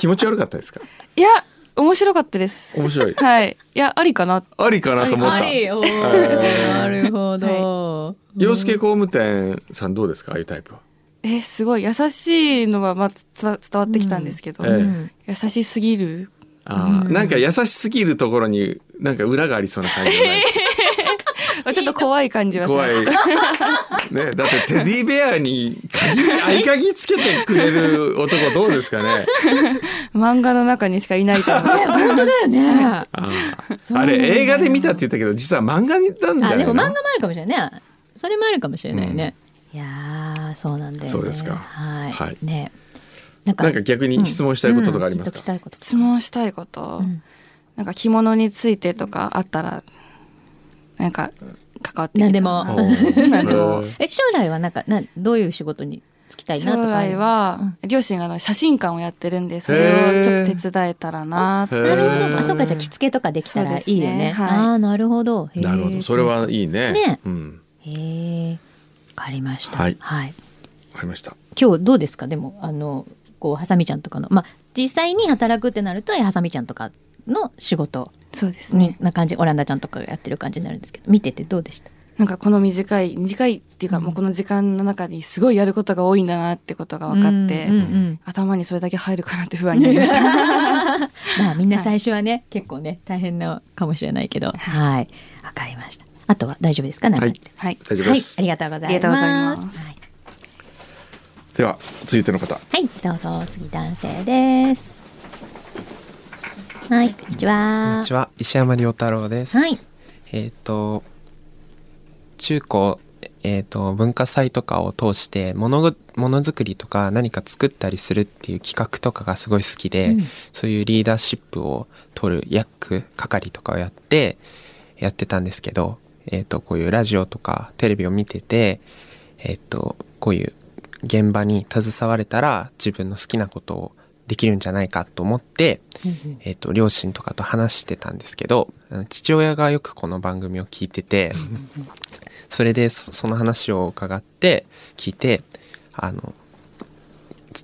Speaker 3: 気持ち悪かったですか
Speaker 7: いや面白かったです
Speaker 3: 面白い
Speaker 7: はいいやありかな
Speaker 3: ありかなと思った
Speaker 2: ありおー
Speaker 3: えー
Speaker 2: なるほど、
Speaker 3: 洋介工務店さんどうですかああいうタイプは
Speaker 7: えすごい優しいのはまあつ伝わってきたんですけど、
Speaker 3: うんええ
Speaker 2: うん
Speaker 7: 優しすぎる
Speaker 3: あーなんか優しすぎるところになんか裏がありそうな感じ
Speaker 2: (laughs)
Speaker 3: がない
Speaker 7: あちょっと怖い感じはしま
Speaker 3: 怖
Speaker 7: す
Speaker 3: い。ね、だってテディベアに鍵、合鍵つけてくれる男どうですかね。
Speaker 7: 漫画の中にしかいないと思う
Speaker 2: 本当だよね
Speaker 3: あ
Speaker 2: そうなんだ
Speaker 3: れ映画で見たって言ったけど、実は漫画に行ったんじ
Speaker 2: あ
Speaker 3: ゃな
Speaker 2: で
Speaker 3: い
Speaker 2: も
Speaker 3: の
Speaker 2: 漫画もあるかもしれないねそれもあるかもしれないね、いやーそうなんだよね
Speaker 3: そうですか
Speaker 2: はい、
Speaker 3: はい
Speaker 2: ねなん
Speaker 3: なんか逆に質問したいこととかありますか
Speaker 2: うんうん聞いときたいこと
Speaker 7: 質問したいこと、
Speaker 2: ん
Speaker 7: なんか着物についてとかあったらなんか関わって
Speaker 2: 何で
Speaker 3: お
Speaker 2: も
Speaker 7: (laughs)
Speaker 3: ー
Speaker 7: なん
Speaker 3: (laughs)
Speaker 7: でも
Speaker 2: え将来はなんかなんどういう仕事に就きたいなとか
Speaker 7: 将来は両親があの写真館をやってるんでそれ
Speaker 3: へー
Speaker 7: をちょっと手伝えたら
Speaker 3: へ
Speaker 7: なと
Speaker 3: ー
Speaker 2: なるほどあそうかじゃあ着付けとかできたらいいよ
Speaker 7: そうです
Speaker 2: ね
Speaker 7: ねはい
Speaker 2: ああなるほどへー
Speaker 3: なるほど、それはいいね。
Speaker 2: ね
Speaker 3: うん、
Speaker 2: へえわかりました
Speaker 3: はい
Speaker 2: はい
Speaker 3: わかりました。
Speaker 2: 今日どうですかでもあのこうハサミちゃんとかのまあ実際に働くってなるとハサミちゃんとかの仕事
Speaker 7: そうです
Speaker 2: に
Speaker 7: ね
Speaker 2: な感じオランダちゃんとかがやってる感じになるんですけど見ててどうでした
Speaker 7: なんかこの短い短いっていうか、
Speaker 2: うん
Speaker 7: もうこの時間の中にすごいやることが多いんだなってことが分かって、
Speaker 2: うんうんうん
Speaker 7: 頭にそれだけ入るかなって不安にな
Speaker 6: (laughs)
Speaker 7: りました
Speaker 2: まあみんな最初はね、結構ね大変なかもしれないけどはいわかりましたあとは大丈夫ですかなんか
Speaker 3: はい、
Speaker 7: はい
Speaker 3: 大丈夫
Speaker 2: は
Speaker 3: で
Speaker 2: い
Speaker 3: す。
Speaker 2: ありがとうございます
Speaker 7: ありがとうございます
Speaker 2: はい
Speaker 3: では、続いての方。
Speaker 2: はい、どうぞ、次男性です。はい、こんにちは。
Speaker 8: こんにちは石山亮太郎です。
Speaker 2: はい
Speaker 8: えっ、と中高えっ、と文化祭とかを通してものぐものづくりとか何か作ったりするっていう企画とかがすごい好きで、
Speaker 2: うん
Speaker 8: そういうリーダーシップを取る役係とかをやってやってたんですけど、えっ、とこういうラジオとかテレビを見ててえっ、とこういう現場に携われたら自分の好きなことをできるんじゃないかと思って、えっと両親とかと話してたんですけどあの父親がよくこの番組を聞いてて
Speaker 2: (laughs)
Speaker 8: それでそその話を伺って聞いてあの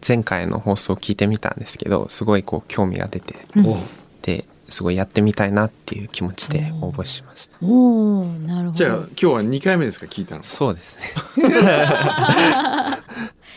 Speaker 8: 前回の放送を聞いてみたんですけどすごいこう興味が出て
Speaker 3: お
Speaker 8: ですごいやってみたいなっていう気持ちで応募しました
Speaker 2: おお、なるほ
Speaker 3: じゃあ、今
Speaker 2: ど。
Speaker 3: 日は二回目ですか、聞いたの。
Speaker 8: そうですね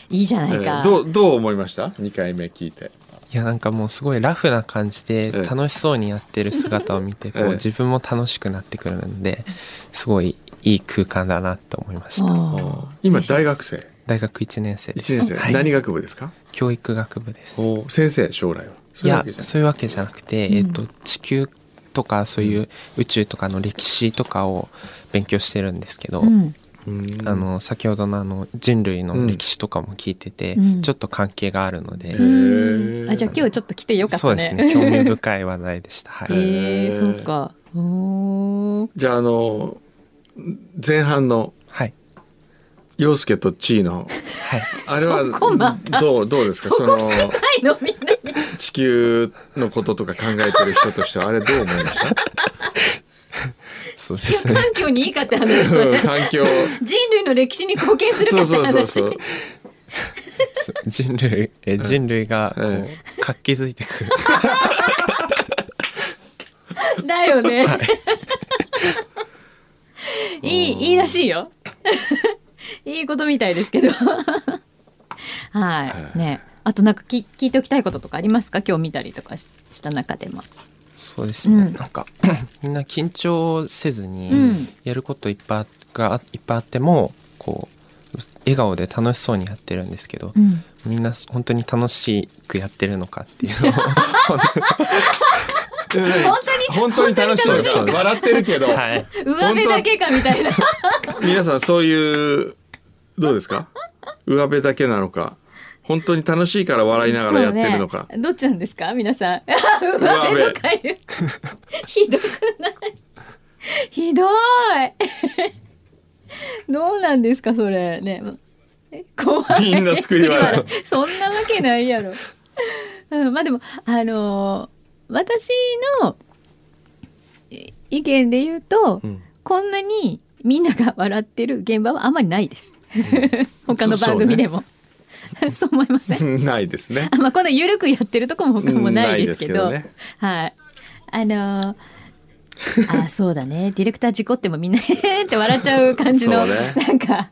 Speaker 2: いいじゃな
Speaker 3: え
Speaker 2: いか。
Speaker 3: ーどう、どう思いました。二回目聞いて。
Speaker 8: (laughs) いやなんかもうすごいラフな感じで
Speaker 3: ええ
Speaker 8: 楽しそうにやってる姿を見てこ
Speaker 3: (laughs) ええ
Speaker 8: う自分も楽しくなってくるのですごいいい空間だなと思いました
Speaker 2: お
Speaker 3: 今、大学生。
Speaker 8: 大学1年生です
Speaker 3: 一年生、
Speaker 8: はい
Speaker 3: 何学部ですか。
Speaker 8: 教育学部です
Speaker 3: お先生、将来は。
Speaker 8: いや
Speaker 3: そううわけじゃない
Speaker 8: そういうわけじゃなくて、えっと地球とかそういう宇宙とかの歴史とかを勉強してるんですけど、
Speaker 2: ーうん、
Speaker 3: うん
Speaker 8: あの先ほどのあの人類の歴史とかも聞いてて、
Speaker 2: うん
Speaker 8: ちょっと関係があるので、
Speaker 3: へー
Speaker 2: あ、じゃあ、今日ちょっと来てよかっ
Speaker 8: そ
Speaker 2: た
Speaker 8: うです
Speaker 2: ね。
Speaker 8: ね
Speaker 2: (laughs)
Speaker 8: 興味深い話題でした。はい、
Speaker 2: ええー、そうか。おお。
Speaker 3: じゃあ、あの、前半の
Speaker 8: はい
Speaker 3: 洋介とチーの、
Speaker 8: はい
Speaker 3: あれは
Speaker 2: そこまた
Speaker 3: どう、どうですかそ
Speaker 2: そこ
Speaker 3: の
Speaker 2: 深いの、みんな。
Speaker 3: 地球のこととか考えてる人としては、あれどう思いました
Speaker 8: そうで
Speaker 2: 地
Speaker 8: す
Speaker 2: 球
Speaker 8: ね
Speaker 2: 環境にいいかって話ですよ
Speaker 3: うん
Speaker 2: ね。
Speaker 3: 環境。
Speaker 2: 人類の歴史に貢献する
Speaker 3: そ
Speaker 2: か
Speaker 3: う
Speaker 2: って
Speaker 3: そうそう
Speaker 2: 話
Speaker 3: そ。う。
Speaker 8: 人類え人類がこう
Speaker 3: え
Speaker 8: 活気づいてくる
Speaker 2: だよね。いい、いいらしいよ。 (laughs) いいことみたいですけど。はい。ね。あとなんかき聞いておきたいこととかありますか今日見たりとかしした中でも。
Speaker 8: そうですね、
Speaker 2: うん
Speaker 8: なんか (clears throat) みんな緊張せずに、
Speaker 2: うん
Speaker 8: やることいっぱいあがいっぱいあってもこう笑顔で楽しそうにやってるんですけど、
Speaker 2: うん。
Speaker 8: みんな本当に楽しくやってるのかってい
Speaker 2: (laughs)
Speaker 8: うのを
Speaker 2: 本当に
Speaker 3: 本当に楽しそうです
Speaker 8: 本当に楽
Speaker 3: 笑
Speaker 8: しいんだ
Speaker 3: ってるけど、
Speaker 8: はい
Speaker 2: 上辺だけかみたいな。
Speaker 3: 皆さんそういうどうですか上辺だけなのか本当に楽しいから笑いながらやってるのか、
Speaker 2: そうねどっちなんですか皆さん。 (laughs) 上辺とか言う。 (laughs) ひどくない。ひどい。どうなんですかそれね。え怖い。
Speaker 3: みんな作り笑い
Speaker 2: 作い。 (laughs) そんなわけないやろ。うん、まあでもあのー私のい意見で言うと、
Speaker 3: ん
Speaker 2: こんなにみんなが笑ってる現場はあまりないです。 (laughs) 他の番組でも。 (laughs) そう思いません
Speaker 3: (laughs) ないですね
Speaker 2: (laughs) あまあ、こんな緩くやってるとこも他もないですけど、
Speaker 3: うんないです
Speaker 2: はい。あのー、あ、そうだね。ディレクター事故ってもみんな、って笑っちゃう感じの、
Speaker 3: そうね
Speaker 2: なんか、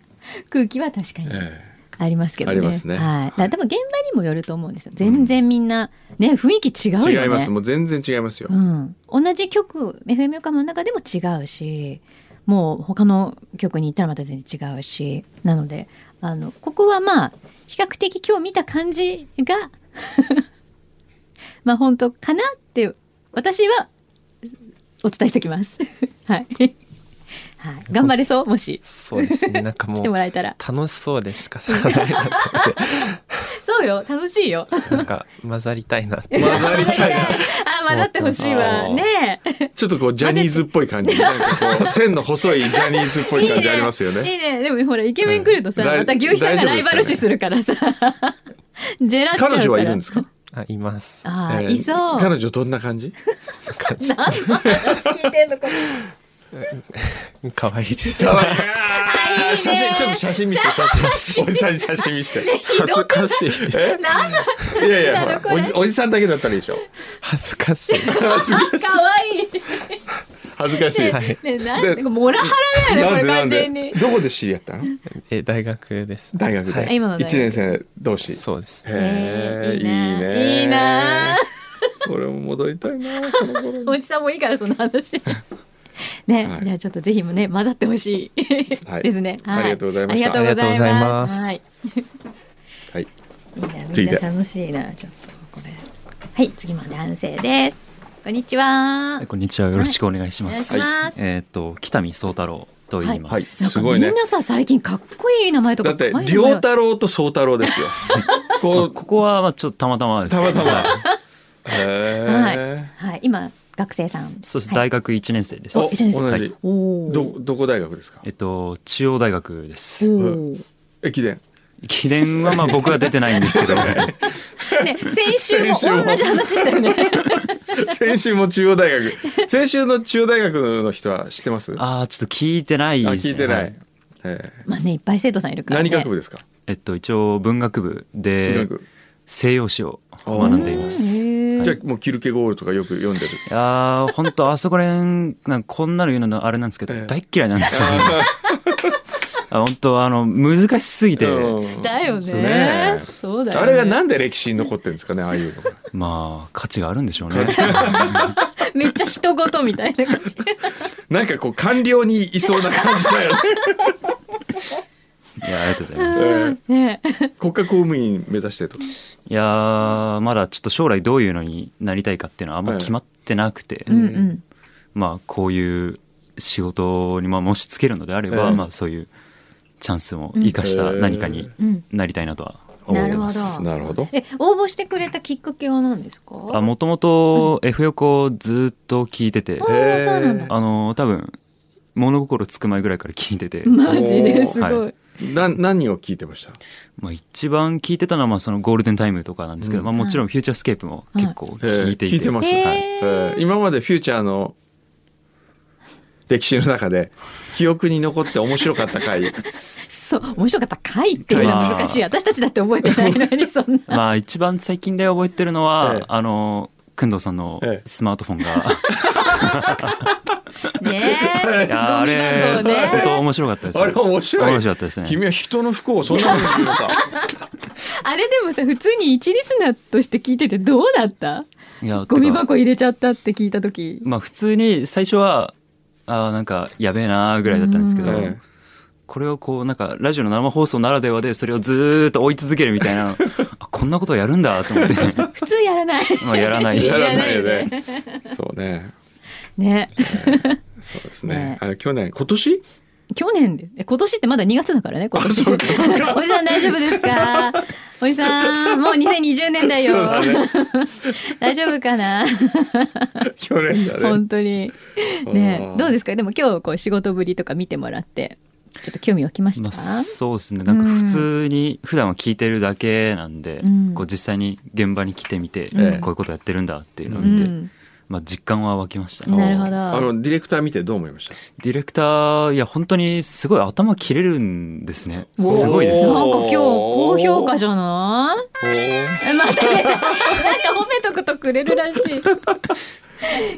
Speaker 2: 空気は確かに
Speaker 3: え
Speaker 2: ありますけどね。
Speaker 3: ありますね
Speaker 2: はい。だから多分現場にもよると思うんですよ。全然みんな、ね、雰囲気違うよ
Speaker 3: え
Speaker 2: ね。
Speaker 3: 違いますもう全然違いますよ、
Speaker 2: うん、同じ曲 FM 横浜の中でも違うしもう他の曲に行ったらまた全然違うしなのであのここはまあ比較的今日見た感じが (laughs) まあ本当かなって私はお伝えしておきます。 (laughs) はい、はい、頑張れそうもし
Speaker 8: そうですねなんかも
Speaker 2: (laughs) 来て
Speaker 8: う
Speaker 2: もらえたら
Speaker 8: 楽しそうで仕方ない
Speaker 2: そうよ楽しい (laughs) よ。
Speaker 8: なんか混ざりたいなって
Speaker 3: 混
Speaker 2: (laughs)
Speaker 3: ざりたいな
Speaker 2: あ混ざってほしいわねえ。
Speaker 3: ちょっとこうジャニーズっぽい
Speaker 2: (laughs)
Speaker 3: 感じなんかこう線の細いジャニーズっぽい感じありますよね
Speaker 2: いいね。でもほら、イケメン来るとさ、
Speaker 3: はい
Speaker 2: また牛肥さんがライバル視するからさ。ジェラっちゃうから。
Speaker 3: 彼女はいるんですか
Speaker 8: あいます
Speaker 2: ああ、
Speaker 3: ええ
Speaker 2: いそう。
Speaker 3: 彼女どんな感じ
Speaker 2: (laughs) 何の話聞いてんのこれ。
Speaker 8: (laughs) 可愛いです
Speaker 2: あいいね
Speaker 3: 写真ちょっと写真見せて写
Speaker 2: (laughs)
Speaker 3: 真おじさんに写真見せて
Speaker 8: 恥ずかしい
Speaker 2: 何の
Speaker 3: いやいやほ
Speaker 2: これ
Speaker 3: らおじおじさんだけだったらいいでしょ
Speaker 8: 恥ずかしい
Speaker 3: 恥ずかしい
Speaker 2: 可愛い
Speaker 3: 恥ずかしい、
Speaker 8: はい
Speaker 2: ね、なん
Speaker 3: で
Speaker 2: で、モラハラだよね、これ完全に。
Speaker 3: どこで知り合ったの
Speaker 8: え大学です
Speaker 3: 大学で、
Speaker 8: はい
Speaker 2: 今の大学
Speaker 3: 一年生同士
Speaker 8: そうです
Speaker 3: へえい
Speaker 2: え
Speaker 3: いね
Speaker 2: ーいいな。いいな。
Speaker 3: (laughs) 俺も戻りたいなその頃に
Speaker 2: おじさんもいいから、その話。
Speaker 3: (laughs)
Speaker 2: ね、
Speaker 3: はい
Speaker 2: じゃあちょっとぜひもね混ざってほしい
Speaker 3: はい
Speaker 2: ですね、
Speaker 3: ありがとうございました
Speaker 2: ありがとうございます
Speaker 8: あり
Speaker 2: はい
Speaker 3: はい
Speaker 2: いいな、
Speaker 3: 次
Speaker 2: みん
Speaker 3: で
Speaker 2: な楽しいな、ちょっとこれ。はい、次も男性です。こんにちは。
Speaker 9: こんにちは。よろしくお願いしま
Speaker 2: は
Speaker 9: す。
Speaker 2: いお願いします
Speaker 9: えっ、と、北見宗太郎と言います。
Speaker 3: はい
Speaker 2: なん
Speaker 3: す
Speaker 2: か
Speaker 3: ごいね
Speaker 2: みんなさ、最近かっこいい名前と
Speaker 3: だ
Speaker 2: か。
Speaker 3: って
Speaker 2: かわいい名前
Speaker 3: 良太郎と宗太郎で
Speaker 2: (laughs)
Speaker 3: すよこ
Speaker 9: まあ
Speaker 3: う
Speaker 9: ここは、まあ、ちょっとたまたまです
Speaker 3: た
Speaker 9: け
Speaker 3: また
Speaker 9: ど
Speaker 3: まへ
Speaker 2: はい
Speaker 3: え、
Speaker 2: はい、今、学生さん。
Speaker 9: そうです。
Speaker 2: はい
Speaker 9: 大学一年生です。
Speaker 2: お一緒です
Speaker 3: 同
Speaker 9: は
Speaker 3: じ
Speaker 9: い
Speaker 2: おー
Speaker 3: どどこ大学ですか
Speaker 9: えっと、中央大学です。
Speaker 2: おー
Speaker 3: 駅伝 (laughs)
Speaker 9: 記念は、まあ、僕は出てないんですけど。は
Speaker 2: ね、先週も
Speaker 3: 先週も
Speaker 2: 同じ話したよね。 (laughs)
Speaker 3: 先週も中央大学先週の中央大学の人は知ってますあ
Speaker 9: ああ、ちょっと聞いてないです、ね。
Speaker 3: 聞いてない、
Speaker 9: は
Speaker 3: ええ
Speaker 2: まあね、いっぱい生徒さんいるから、ね。
Speaker 3: 何学部ですか、
Speaker 9: えっと、一応文学部
Speaker 3: 文
Speaker 9: で
Speaker 3: 学
Speaker 9: 西洋史を学んでいます。
Speaker 2: へー
Speaker 3: じゃあもうキルケゴールとかよく読んでる
Speaker 9: いやー、本当あそこら辺、なんかこんなの言うのあれなんですけど、
Speaker 3: ええ
Speaker 9: 大っ嫌いなんですよ、ね。 (laughs) あ本当あの、難しすぎて、
Speaker 3: うん
Speaker 2: だよ
Speaker 3: そうね
Speaker 2: ね。そうだよ、ね。
Speaker 3: あれがなんで歴史に残ってるんですかねああいうのが
Speaker 9: まあ、価値があるんでしょうね。
Speaker 2: めっちゃ人事みたいな感じ。
Speaker 3: なんかこう官僚にいそうな感
Speaker 2: (laughs)
Speaker 3: じだよね
Speaker 9: いや、ありがとうございま
Speaker 3: え
Speaker 9: す。
Speaker 3: え
Speaker 2: ね。
Speaker 3: (laughs) 国家公務員目指してとか
Speaker 9: いやー、まだちょっと将来どういうのになりたいかっていうのはあんま決まってなくて、
Speaker 2: うんうん。
Speaker 9: まあ、こういう仕事に、まあ、もしつけるのであれば、
Speaker 3: うん
Speaker 9: まあ、そういうチャンスも生かした何かに
Speaker 2: うん。
Speaker 9: なりたいなとは思ってます。
Speaker 2: な
Speaker 3: なるほど
Speaker 2: え、応募してくれたきっかけは何ですか。
Speaker 9: あもともと F 横をずっと聞いてて、
Speaker 2: あーそうなんだ。
Speaker 9: あの多分物心つく前ぐらいから聞いてて、
Speaker 2: マジですごい。
Speaker 9: は
Speaker 3: な何を聞いてました
Speaker 9: まあ、一番聞いてたのはまあそのゴールデンタイムとかなんですけど、
Speaker 3: うん
Speaker 9: まあ、もちろんフューチャースケープも結構聞いていて、
Speaker 3: 聞いてます、
Speaker 2: へー
Speaker 3: えー今までフューチャーの歴史の中で記憶に残って面白かった
Speaker 9: (laughs)
Speaker 3: 回
Speaker 2: そう、面白かった回っていうのは難しい。私たちだって覚えてないのに、そんな。
Speaker 9: まあ一番最近で覚えてるのは、
Speaker 3: ええ
Speaker 9: あの工藤さんの
Speaker 3: ええ (laughs)
Speaker 9: スマートフォンが、
Speaker 2: ね
Speaker 9: いやあ
Speaker 2: え、
Speaker 9: れ
Speaker 2: ゴミ箱
Speaker 9: 本当
Speaker 2: ね。
Speaker 9: 面白かったです
Speaker 3: あれ面白い
Speaker 9: 面白かったですね
Speaker 3: 君は人の不幸をそんなふうに言うのか
Speaker 2: あれでもさ、普通に一リスナーとして聞いててどうだった
Speaker 9: いや
Speaker 2: ゴミ
Speaker 9: てか
Speaker 2: 箱入れちゃったって聞いた
Speaker 9: (laughs)
Speaker 2: 時
Speaker 9: まあ普通に最初はあーなんかやべえなーぐらいだったんですけど、
Speaker 3: ええ
Speaker 9: これをこうなんかラジオの生放送ならではでそれをずーっと追い続けるみた
Speaker 3: (laughs)
Speaker 9: いなあこんなことをやるんだと思って
Speaker 2: 普通やらない。
Speaker 9: まあやらない
Speaker 3: やらない
Speaker 2: い
Speaker 3: よ
Speaker 2: よ
Speaker 3: ねそうね
Speaker 2: ね。
Speaker 3: そうですね
Speaker 2: ね
Speaker 3: あれ去年今年
Speaker 2: 去年で、え今年ってまだ2月だからね、今年。 (laughs) おじさん大丈夫ですかおじさん、もう2020年だ
Speaker 3: そう
Speaker 2: よ。
Speaker 3: だね
Speaker 2: 大丈夫かな
Speaker 3: 去年だね
Speaker 2: 本当に。ね
Speaker 3: うん
Speaker 2: どうですかでも今日こう仕事ぶりとか見てもらって、ちょっと興味湧きました
Speaker 9: まあそうですねなんか普通に普段は聞いてるだけなんで、
Speaker 2: うん
Speaker 9: こう実際に現場に来てみて、
Speaker 2: ええ
Speaker 9: こういうことやってるんだっていうのを
Speaker 2: う
Speaker 9: 見て、
Speaker 2: ん。
Speaker 9: まあ、実感は湧きました、ね
Speaker 2: なるほど
Speaker 3: あのディレクター見てどう思いました
Speaker 9: ディレクターいや本当にすごい頭切れるんですねすごいです
Speaker 2: なんか今日高評価じゃないえまた出たなんか褒めとくとくれるらし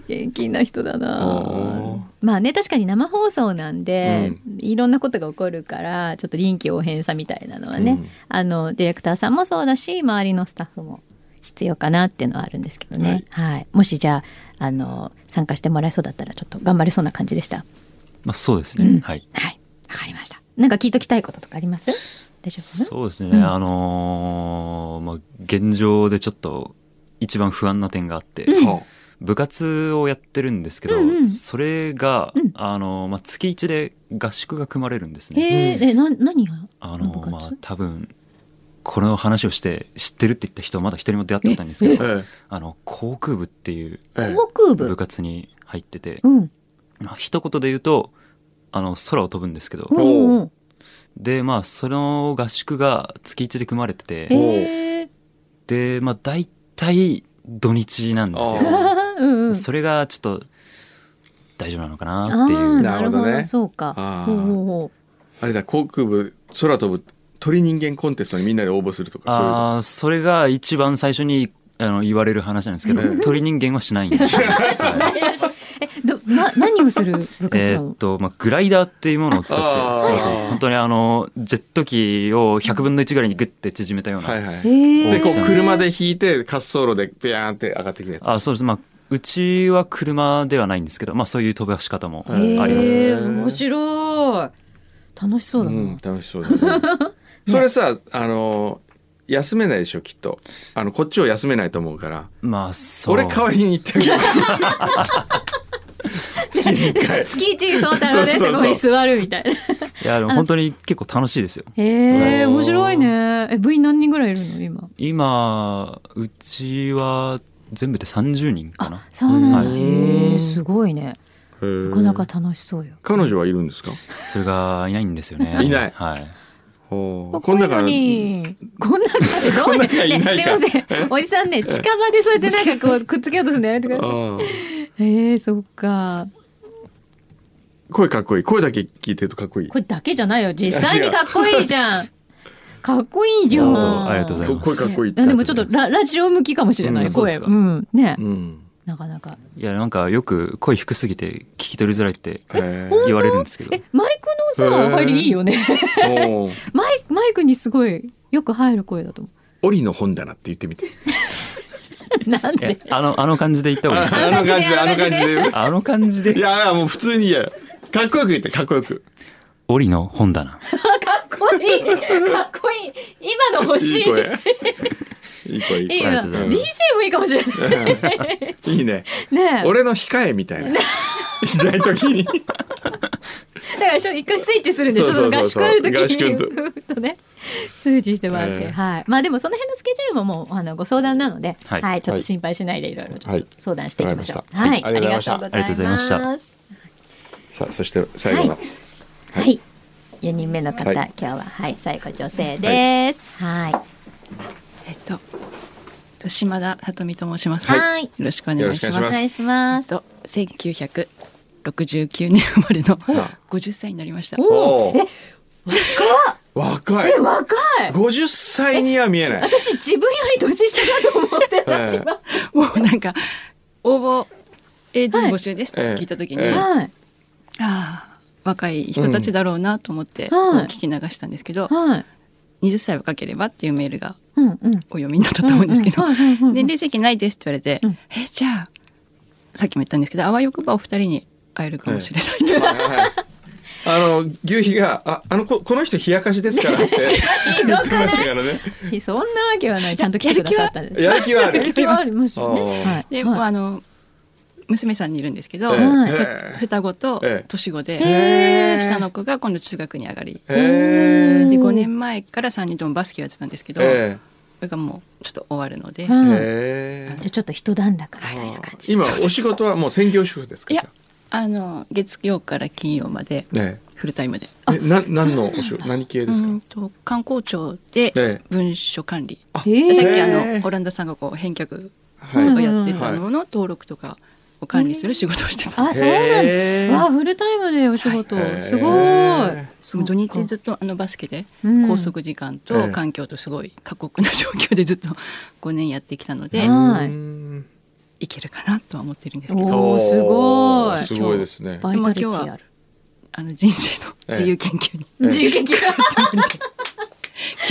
Speaker 2: い元気な人だ
Speaker 3: おー
Speaker 2: なまあね確かに生放送なんで、いろんなことが起こるからちょっと臨機応変さみたいなのはね、
Speaker 3: うん
Speaker 2: あのディレクターさんもそうだし周りのスタッフも必要かなっていうのはあるんですけどね、はいもしじゃああの参加してもらえそうだったらちょっと頑張れそうな感じでした
Speaker 9: まあ、そうですね、はい
Speaker 2: はいわかりましたなんか聞いときたいこととかあります大丈夫
Speaker 9: そうですね、あのーまあ、現状でちょっと一番不安な点があって、
Speaker 3: は
Speaker 9: 部活をやってるんですけど、
Speaker 2: うんうん
Speaker 9: それが、
Speaker 2: うん
Speaker 9: あのーまあ、月1で合宿が組まれるんですね。
Speaker 2: へええな何が
Speaker 9: あ
Speaker 2: の
Speaker 9: の
Speaker 2: 部活
Speaker 9: ーまあ、多分この話をして知ってるって言った人はまだ一人も出会ったことないんですけ
Speaker 3: あ
Speaker 9: ど
Speaker 3: え
Speaker 9: あの航空部っていう
Speaker 3: えええ
Speaker 2: 航空部
Speaker 9: 部活に入ってて、
Speaker 2: うん
Speaker 9: まあ、一言で言うとあの空を飛ぶんですけど、
Speaker 2: うんうんうん
Speaker 9: でまあその合宿が月1で組まれてて、
Speaker 3: お
Speaker 2: へえ
Speaker 9: で、まあ、大体土日なんですよ。
Speaker 2: あー (laughs) うんうん
Speaker 9: それがちょっと大丈夫なのか
Speaker 2: あ
Speaker 9: なっていう
Speaker 2: ー
Speaker 3: な
Speaker 2: なるほ
Speaker 3: なるほど
Speaker 2: ど
Speaker 3: ね
Speaker 2: そうか
Speaker 3: あー
Speaker 2: ほうほうほ
Speaker 3: あれだ航空部空飛ぶ鳥人間コンテストにみんなで応募するとかそういうの
Speaker 9: ああそれが一番最初にあの言われる話なんですけど、
Speaker 3: うん
Speaker 9: 鳥人間はしないん
Speaker 2: (laughs)
Speaker 9: ですよはいう
Speaker 2: どな (laughs) 何をする部活
Speaker 9: え
Speaker 2: な
Speaker 9: ーっ
Speaker 2: の
Speaker 9: と、まあ、グライダーっていうものを使って
Speaker 3: あー
Speaker 9: そうです本当にあのジェット機を100分の1ぐらいにグッて縮めたような、
Speaker 3: はいはい
Speaker 2: へえ
Speaker 3: でこう
Speaker 9: 大きさ
Speaker 3: 車で引いて滑走路でピヤーンって上がってきたやつ
Speaker 9: あそうですまあうちは車ではないんですけど、まあ、そういう飛ばし方もありま
Speaker 2: へ
Speaker 9: すね
Speaker 2: え面白い楽しそうだ
Speaker 3: うん
Speaker 2: な
Speaker 3: 楽しそうだ
Speaker 2: (laughs)
Speaker 3: ねそれさあの休めないでしょきっとあのこっちを休めないと思うから
Speaker 9: まあそう
Speaker 3: 俺代わりに行ってるよ
Speaker 2: (laughs)
Speaker 3: 月に一回
Speaker 2: 月一そうたらで
Speaker 3: そうそうそう
Speaker 2: ここに座るみたいな
Speaker 9: いやでも本当に結構楽しいですよ
Speaker 2: へえ面白いねえ部員何人ぐらいいるの今
Speaker 9: 今うちは全部で30人かな
Speaker 2: あそうなんだ
Speaker 9: はい
Speaker 2: へえすごいね
Speaker 3: へー
Speaker 2: なかなか楽しそうよ
Speaker 3: 彼女はいるんですか
Speaker 9: それがいないんですよね
Speaker 3: いない
Speaker 9: はい
Speaker 3: ほう
Speaker 2: こんな
Speaker 3: こ
Speaker 2: の
Speaker 3: ん中
Speaker 2: に、こんなの、ごめん、
Speaker 3: 中いないか
Speaker 2: ねすいません、おじさんね、近場でそうやってなんかこう、くっつけようとするのやめてください。
Speaker 3: あー
Speaker 2: ええそっか。
Speaker 3: 声かっこいい声だけ聞いてるとかっこいい
Speaker 2: これだけじゃないよ、実際にかっこいいじ
Speaker 9: (laughs)
Speaker 2: ゃん。かっこいいじゃ
Speaker 9: なるほど
Speaker 2: ん。
Speaker 9: ありがとうござ
Speaker 3: こ
Speaker 9: います
Speaker 3: 声かっこいいって
Speaker 2: でもちょっとララジオ向きかもしれない、
Speaker 9: うん
Speaker 2: 声。
Speaker 9: そうです
Speaker 2: う
Speaker 9: か
Speaker 2: ん、ね、
Speaker 3: うん
Speaker 2: なかなか。
Speaker 9: いやなんかよく声低すぎて聞き取りづらいって
Speaker 3: え
Speaker 9: 言われるんですけど
Speaker 2: え、マイクの
Speaker 3: へ
Speaker 2: さ、
Speaker 3: ー
Speaker 2: 入りいいよね。
Speaker 3: ーほう
Speaker 2: マイマイクにすごい、よく入る声だと思
Speaker 3: 檻の本棚って言ってみて
Speaker 9: (laughs)
Speaker 2: う。なん
Speaker 9: え
Speaker 2: (laughs) で。
Speaker 9: あのあの感じで言った方がいいですか
Speaker 2: あの感じで
Speaker 3: あの感じで
Speaker 9: あの感じ
Speaker 3: い
Speaker 9: で
Speaker 3: やいやもう普通にいやかっこよく言ってかっこよく
Speaker 9: 檻の本棚
Speaker 2: かっこいい、かっこいい、今の欲し
Speaker 3: いい
Speaker 2: い。
Speaker 3: 声いい声いい
Speaker 2: いい
Speaker 3: 声
Speaker 2: よな
Speaker 9: ありがとうござい
Speaker 2: DJ
Speaker 9: ます
Speaker 2: もいいかもしれない。
Speaker 3: いいね
Speaker 2: ねえ。
Speaker 3: 俺の控えみたいないない時に
Speaker 2: だから一緒一回スイッチするんで、ちょっ
Speaker 3: そ
Speaker 2: と
Speaker 3: うそう
Speaker 2: 合
Speaker 3: そう
Speaker 2: 宿
Speaker 3: そう
Speaker 2: ある時
Speaker 3: 合宿
Speaker 2: に、
Speaker 3: の時
Speaker 2: ふーっとね、スイッチしてもらって、
Speaker 3: ええ
Speaker 2: はい。まあでもその辺のスケジュールももう、あの、ご相談なので、は、
Speaker 9: はいい
Speaker 2: ちょっと心配しないでいろいろちょ
Speaker 3: は
Speaker 2: っ
Speaker 3: い
Speaker 2: と相談していきましょう。
Speaker 3: わ
Speaker 2: は
Speaker 3: か
Speaker 2: い、
Speaker 3: りました
Speaker 2: あ
Speaker 3: は
Speaker 2: りがとう
Speaker 3: い
Speaker 2: ご
Speaker 9: ありがとう
Speaker 2: ざ
Speaker 9: ござ
Speaker 2: い
Speaker 9: い
Speaker 2: ま
Speaker 9: ま
Speaker 2: し。
Speaker 9: したた
Speaker 2: はい
Speaker 3: (laughs) さあそして最後の、
Speaker 2: はい。4人目の方、
Speaker 3: は
Speaker 2: 今日は、はい、最後女性です。はい。
Speaker 6: えっとえっと島田さとみと申します。よ
Speaker 2: はい。
Speaker 6: ろしくお願いし
Speaker 3: よろしく
Speaker 6: ま
Speaker 3: お
Speaker 2: お
Speaker 6: す。
Speaker 2: 願いします。
Speaker 6: と1969年生まれの50歳になりました。
Speaker 2: おお
Speaker 3: お。若い
Speaker 2: え、若い
Speaker 3: 50歳には見えない、
Speaker 2: 私自分より年下だと思ってた。
Speaker 3: ええ
Speaker 6: もうなんか応募
Speaker 7: AD 募集ですって
Speaker 3: はい
Speaker 7: 聞いた時に、
Speaker 3: ええ
Speaker 7: あ
Speaker 2: はい
Speaker 7: あ若い人たちだろうなと思ってこ
Speaker 2: うん
Speaker 7: う
Speaker 2: はい
Speaker 7: 聞き流したんですけど、
Speaker 2: はい
Speaker 7: 20歳若ければっていうメールが
Speaker 2: うんうん
Speaker 7: お読みになったと思うんですけど
Speaker 2: うんうんはいはいはいはい
Speaker 7: 年齢制限ないですって言われて、
Speaker 2: うん
Speaker 7: えじゃあさっきも言ったんですけどあわよくばお二人に会えるかもしれないと、
Speaker 3: あの牛皮が「ああのここの人冷やかしですから」って言ってましたからね
Speaker 2: そんなわけはないちゃんと来てくださったんです
Speaker 3: やる気はある
Speaker 2: やる気はありますよね
Speaker 3: あー
Speaker 2: はい
Speaker 7: (laughs) で、
Speaker 2: はい
Speaker 7: もうあの娘さんにいるんですけど、
Speaker 3: え
Speaker 2: ん
Speaker 3: ええ
Speaker 7: 双子と
Speaker 3: ええ
Speaker 7: 年子で、
Speaker 2: へー
Speaker 7: 下の子が今度中学に上がり、
Speaker 3: ええ
Speaker 7: で5年前から3人ともバスケをやってたんですけど、
Speaker 3: え
Speaker 7: それがもうちょっと終わるので、
Speaker 2: うん
Speaker 3: え
Speaker 2: じ
Speaker 3: え
Speaker 2: ゃあちょっと一段落みたいな感じ
Speaker 3: 今お仕事はもう専業主婦ですか
Speaker 7: いやあの月曜から金曜まで
Speaker 3: じゃあえ
Speaker 7: フルタイムで、
Speaker 3: ええな何のお仕事何系ですか
Speaker 7: うんと観光庁で
Speaker 3: ええ
Speaker 7: 文書管理、
Speaker 3: あ
Speaker 2: へえ
Speaker 7: さっきあ
Speaker 3: へえ
Speaker 7: のオランダさんがこう返却
Speaker 3: はい
Speaker 7: とかやって
Speaker 3: は
Speaker 7: た
Speaker 3: い
Speaker 7: のの登録とかを管理する仕事をしてます。
Speaker 2: あそうなん
Speaker 3: へー
Speaker 2: だわあフルタイムでお仕事
Speaker 3: はい
Speaker 2: すご
Speaker 3: へ
Speaker 7: で
Speaker 2: い
Speaker 7: も土日ずっとあのバスケで
Speaker 2: うん
Speaker 7: 拘束時間
Speaker 3: ええ
Speaker 7: と環境とすごい過酷な状況でずっと5年 (laughs) やってきたので、
Speaker 2: はいう
Speaker 3: ーん
Speaker 7: いけるかなとは思ってるんですけど
Speaker 2: おーすごい
Speaker 3: すごいですね
Speaker 2: バイタリティある
Speaker 7: あの人生の自由研究に、
Speaker 3: 今日は
Speaker 2: 自由研究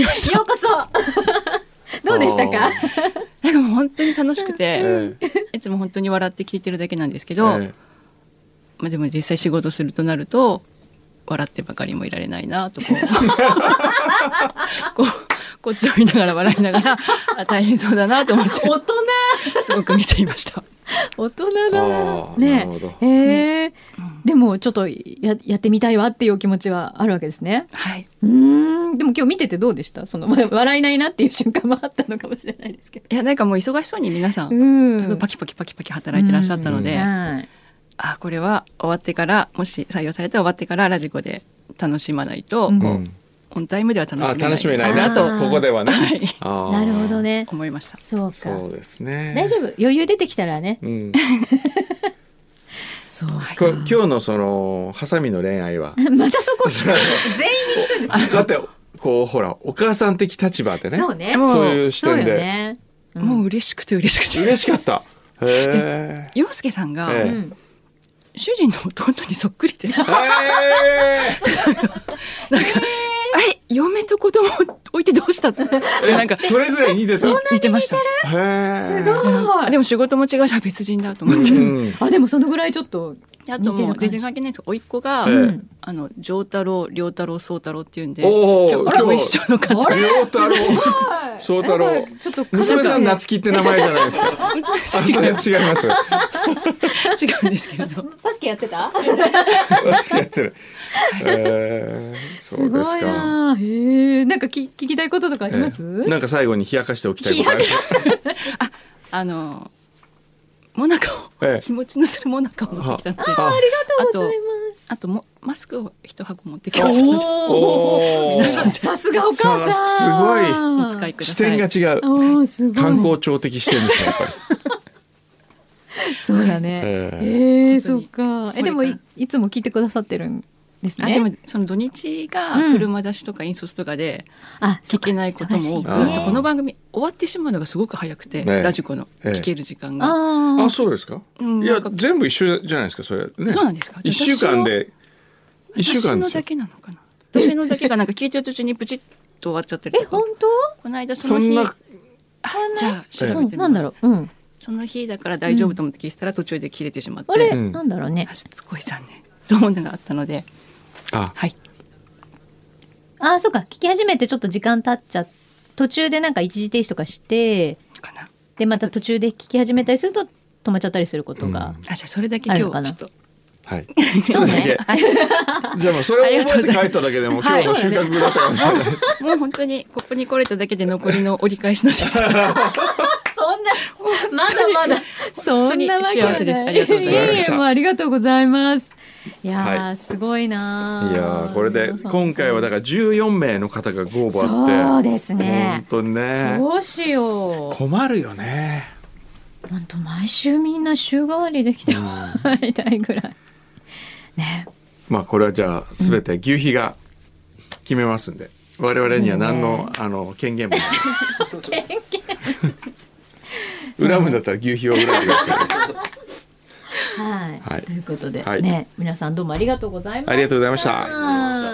Speaker 2: ようこそ (laughs) どうでしたか
Speaker 7: (laughs) なんかもう本当に楽しくて
Speaker 3: え、
Speaker 7: いつも本当に笑って聞いてるだけなんですけ
Speaker 3: え
Speaker 7: ど、
Speaker 3: え
Speaker 7: まあ、でも実際仕事するとなると笑ってばかりもいられないなとこ
Speaker 2: (laughs)
Speaker 7: うこうこっちを見ながら笑いながらあ大変そうだなと思って
Speaker 2: 大人
Speaker 7: すごく見ていました。
Speaker 2: 大人だな
Speaker 3: あーな
Speaker 2: ね
Speaker 3: るほど
Speaker 2: ええでもちょっとややってみたいわっていうお気持ちはあるわけですね
Speaker 7: はい、
Speaker 2: うーんでも今日見ててどうでしたそのわ笑えないなっていう瞬間もあったのかもしれないですけど
Speaker 7: いやなんかもう忙しそうに皆さん
Speaker 2: うん
Speaker 7: すごいパキパキパキパキ働いてらっしゃったので、あ
Speaker 2: はい
Speaker 7: あこれは終わってからもし採用されて終わってからラジコで楽しまないと、
Speaker 2: うん
Speaker 7: こう
Speaker 3: うん
Speaker 7: オンタイムでは楽
Speaker 3: あ
Speaker 7: し
Speaker 3: 楽しめ
Speaker 7: め
Speaker 3: な
Speaker 7: ないい
Speaker 3: な
Speaker 7: な
Speaker 3: と
Speaker 2: あー
Speaker 3: ここではね
Speaker 7: はい
Speaker 3: あー
Speaker 2: なるほどね
Speaker 7: 思いました。
Speaker 2: そうか
Speaker 3: そうですね
Speaker 2: 大丈夫余裕出てきたらね
Speaker 3: うん、
Speaker 2: そう
Speaker 3: こ今日のそのハサミの恋愛は
Speaker 2: またそこ
Speaker 3: (laughs)
Speaker 2: 全員に聞くんで
Speaker 3: だってこうほらお母さん的立場でね
Speaker 2: すそうね
Speaker 7: も
Speaker 3: そういう視
Speaker 2: そう
Speaker 3: 点
Speaker 2: よ
Speaker 3: で、
Speaker 2: ねうん
Speaker 7: もう嬉しくて嬉しくて。
Speaker 3: 嬉しかったへ
Speaker 7: 洋介さんが、
Speaker 3: ええ
Speaker 2: うん
Speaker 7: 主人の弟にそっくりで、
Speaker 3: ええ
Speaker 7: あれ嫁と子供置いてどうした (laughs) ってなんか
Speaker 3: ーそれぐらい似てたへ
Speaker 7: 似てました
Speaker 3: え
Speaker 2: すごい
Speaker 7: でも仕事も違うしあ別人だと思って、
Speaker 3: うん
Speaker 2: あでもそのぐらいちょっと
Speaker 7: あともう
Speaker 2: 似てる感じ
Speaker 7: 全然関係ないんですけど甥っ子が、
Speaker 3: ええ
Speaker 7: あの丈太郎良太郎宗太郎っていうんで
Speaker 3: おー今
Speaker 7: 今
Speaker 3: 日
Speaker 7: 日ご一緒の方
Speaker 2: あれ
Speaker 3: 両太郎宗太
Speaker 2: な
Speaker 3: 郎
Speaker 2: んかちょっと家族
Speaker 3: 娘さん夏希って名前じゃないですか
Speaker 7: (laughs)
Speaker 3: あそれ違います
Speaker 7: 違うんですけれど
Speaker 2: バスケやってた
Speaker 3: 間違ってるえーそうですか
Speaker 2: なあへえなんかき聞きたいこととかあります、
Speaker 3: ええなんか最後に冷やかしておきたいことあります
Speaker 7: あのモナカを、
Speaker 3: ええ
Speaker 7: 気持ちのするモナカを持ってきたので
Speaker 3: あ
Speaker 7: あと
Speaker 2: ます
Speaker 7: あともマスクを一箱持ってきましたので
Speaker 3: お
Speaker 7: 皆さん
Speaker 3: ー
Speaker 7: で
Speaker 2: さすがお母さん
Speaker 7: お使いくだ
Speaker 3: 視
Speaker 7: さ
Speaker 3: 点
Speaker 7: い
Speaker 3: が違う
Speaker 2: おーすごい
Speaker 3: 観光庁的視点ですねやっぱり
Speaker 2: そうだね
Speaker 3: ええ
Speaker 2: ええそ
Speaker 7: 本
Speaker 2: うかえでもいいつも聞いてくださってるんです
Speaker 7: あ
Speaker 2: ね
Speaker 7: でもその土日が
Speaker 2: うん
Speaker 7: 車出しとか引率とかで
Speaker 2: あそ
Speaker 7: 聞
Speaker 2: うか
Speaker 7: けないことも多く、
Speaker 2: 忙しいね
Speaker 7: あとこの番組終わってしまうのがすごく早くて、
Speaker 3: ね
Speaker 7: ラジコの
Speaker 3: ええ
Speaker 7: 聞ける時間が、
Speaker 2: あー
Speaker 3: あそうですか
Speaker 7: うん
Speaker 3: いや
Speaker 7: なんか
Speaker 3: 全部一緒じゃないですかそれね
Speaker 7: そうなんですか
Speaker 3: 一週間で一週間
Speaker 7: 私
Speaker 3: で
Speaker 7: の
Speaker 3: すよ
Speaker 7: だけなのかな私のだけがなんか聞いてる途中にプチッと終わっちゃってる
Speaker 2: え
Speaker 7: とか
Speaker 2: 本当
Speaker 7: この間そ
Speaker 3: そ
Speaker 7: の
Speaker 3: ん
Speaker 7: 日
Speaker 3: な
Speaker 7: じゃあ調べて
Speaker 2: う
Speaker 7: み
Speaker 2: ん
Speaker 7: る、
Speaker 2: なんだろううん
Speaker 7: その日だから大丈夫と思って聞いてたら途中で切れてしまって、
Speaker 2: あれ、
Speaker 3: うん
Speaker 2: なんだろうね
Speaker 7: あすごい残念と思うのがあったので
Speaker 3: あ
Speaker 7: はい
Speaker 2: あーそうか聞き始めてちょっと時間経っちゃ途中でなんか一時停止とかして
Speaker 7: かな
Speaker 2: でまた途中で聞き始めたりすると止まっちゃったりすることが、
Speaker 7: あじゃあそれだけ
Speaker 2: ある
Speaker 7: 今日
Speaker 2: の
Speaker 7: は
Speaker 2: かな
Speaker 7: ちょっと
Speaker 3: はい
Speaker 2: そう (laughs) ね
Speaker 3: だけじゃあもうそれを覚えて帰っただけでも今
Speaker 2: はい
Speaker 3: 日の収穫だったかもしれない
Speaker 7: もう本当にコップに来れただけで残りの折り返しの時間
Speaker 2: そんな、まだまだ、そんなわけはない
Speaker 7: 幸せですありがとうござい
Speaker 3: ました
Speaker 2: ええもうありがとうございます。いやー、
Speaker 3: はい
Speaker 2: すごいなー。
Speaker 3: いやーこれで今回はだから14名の方がご応募あって
Speaker 2: そうですね
Speaker 3: 本当にね
Speaker 2: どうしよう。
Speaker 3: 困るよね
Speaker 2: 本当毎週みんな週替わりできてもらいたいぐらい。ね。
Speaker 3: まあこれはじゃあ全て牛皮が決めますんで我々には何のあの権限もない
Speaker 2: (laughs)
Speaker 3: 恨むんだったら牛皮を恨んでください
Speaker 2: はい、
Speaker 3: はい
Speaker 2: ということで、
Speaker 3: はい
Speaker 2: ね皆さんどうもありがとうございました
Speaker 3: ありがとうございました
Speaker 2: はい
Speaker 6: 그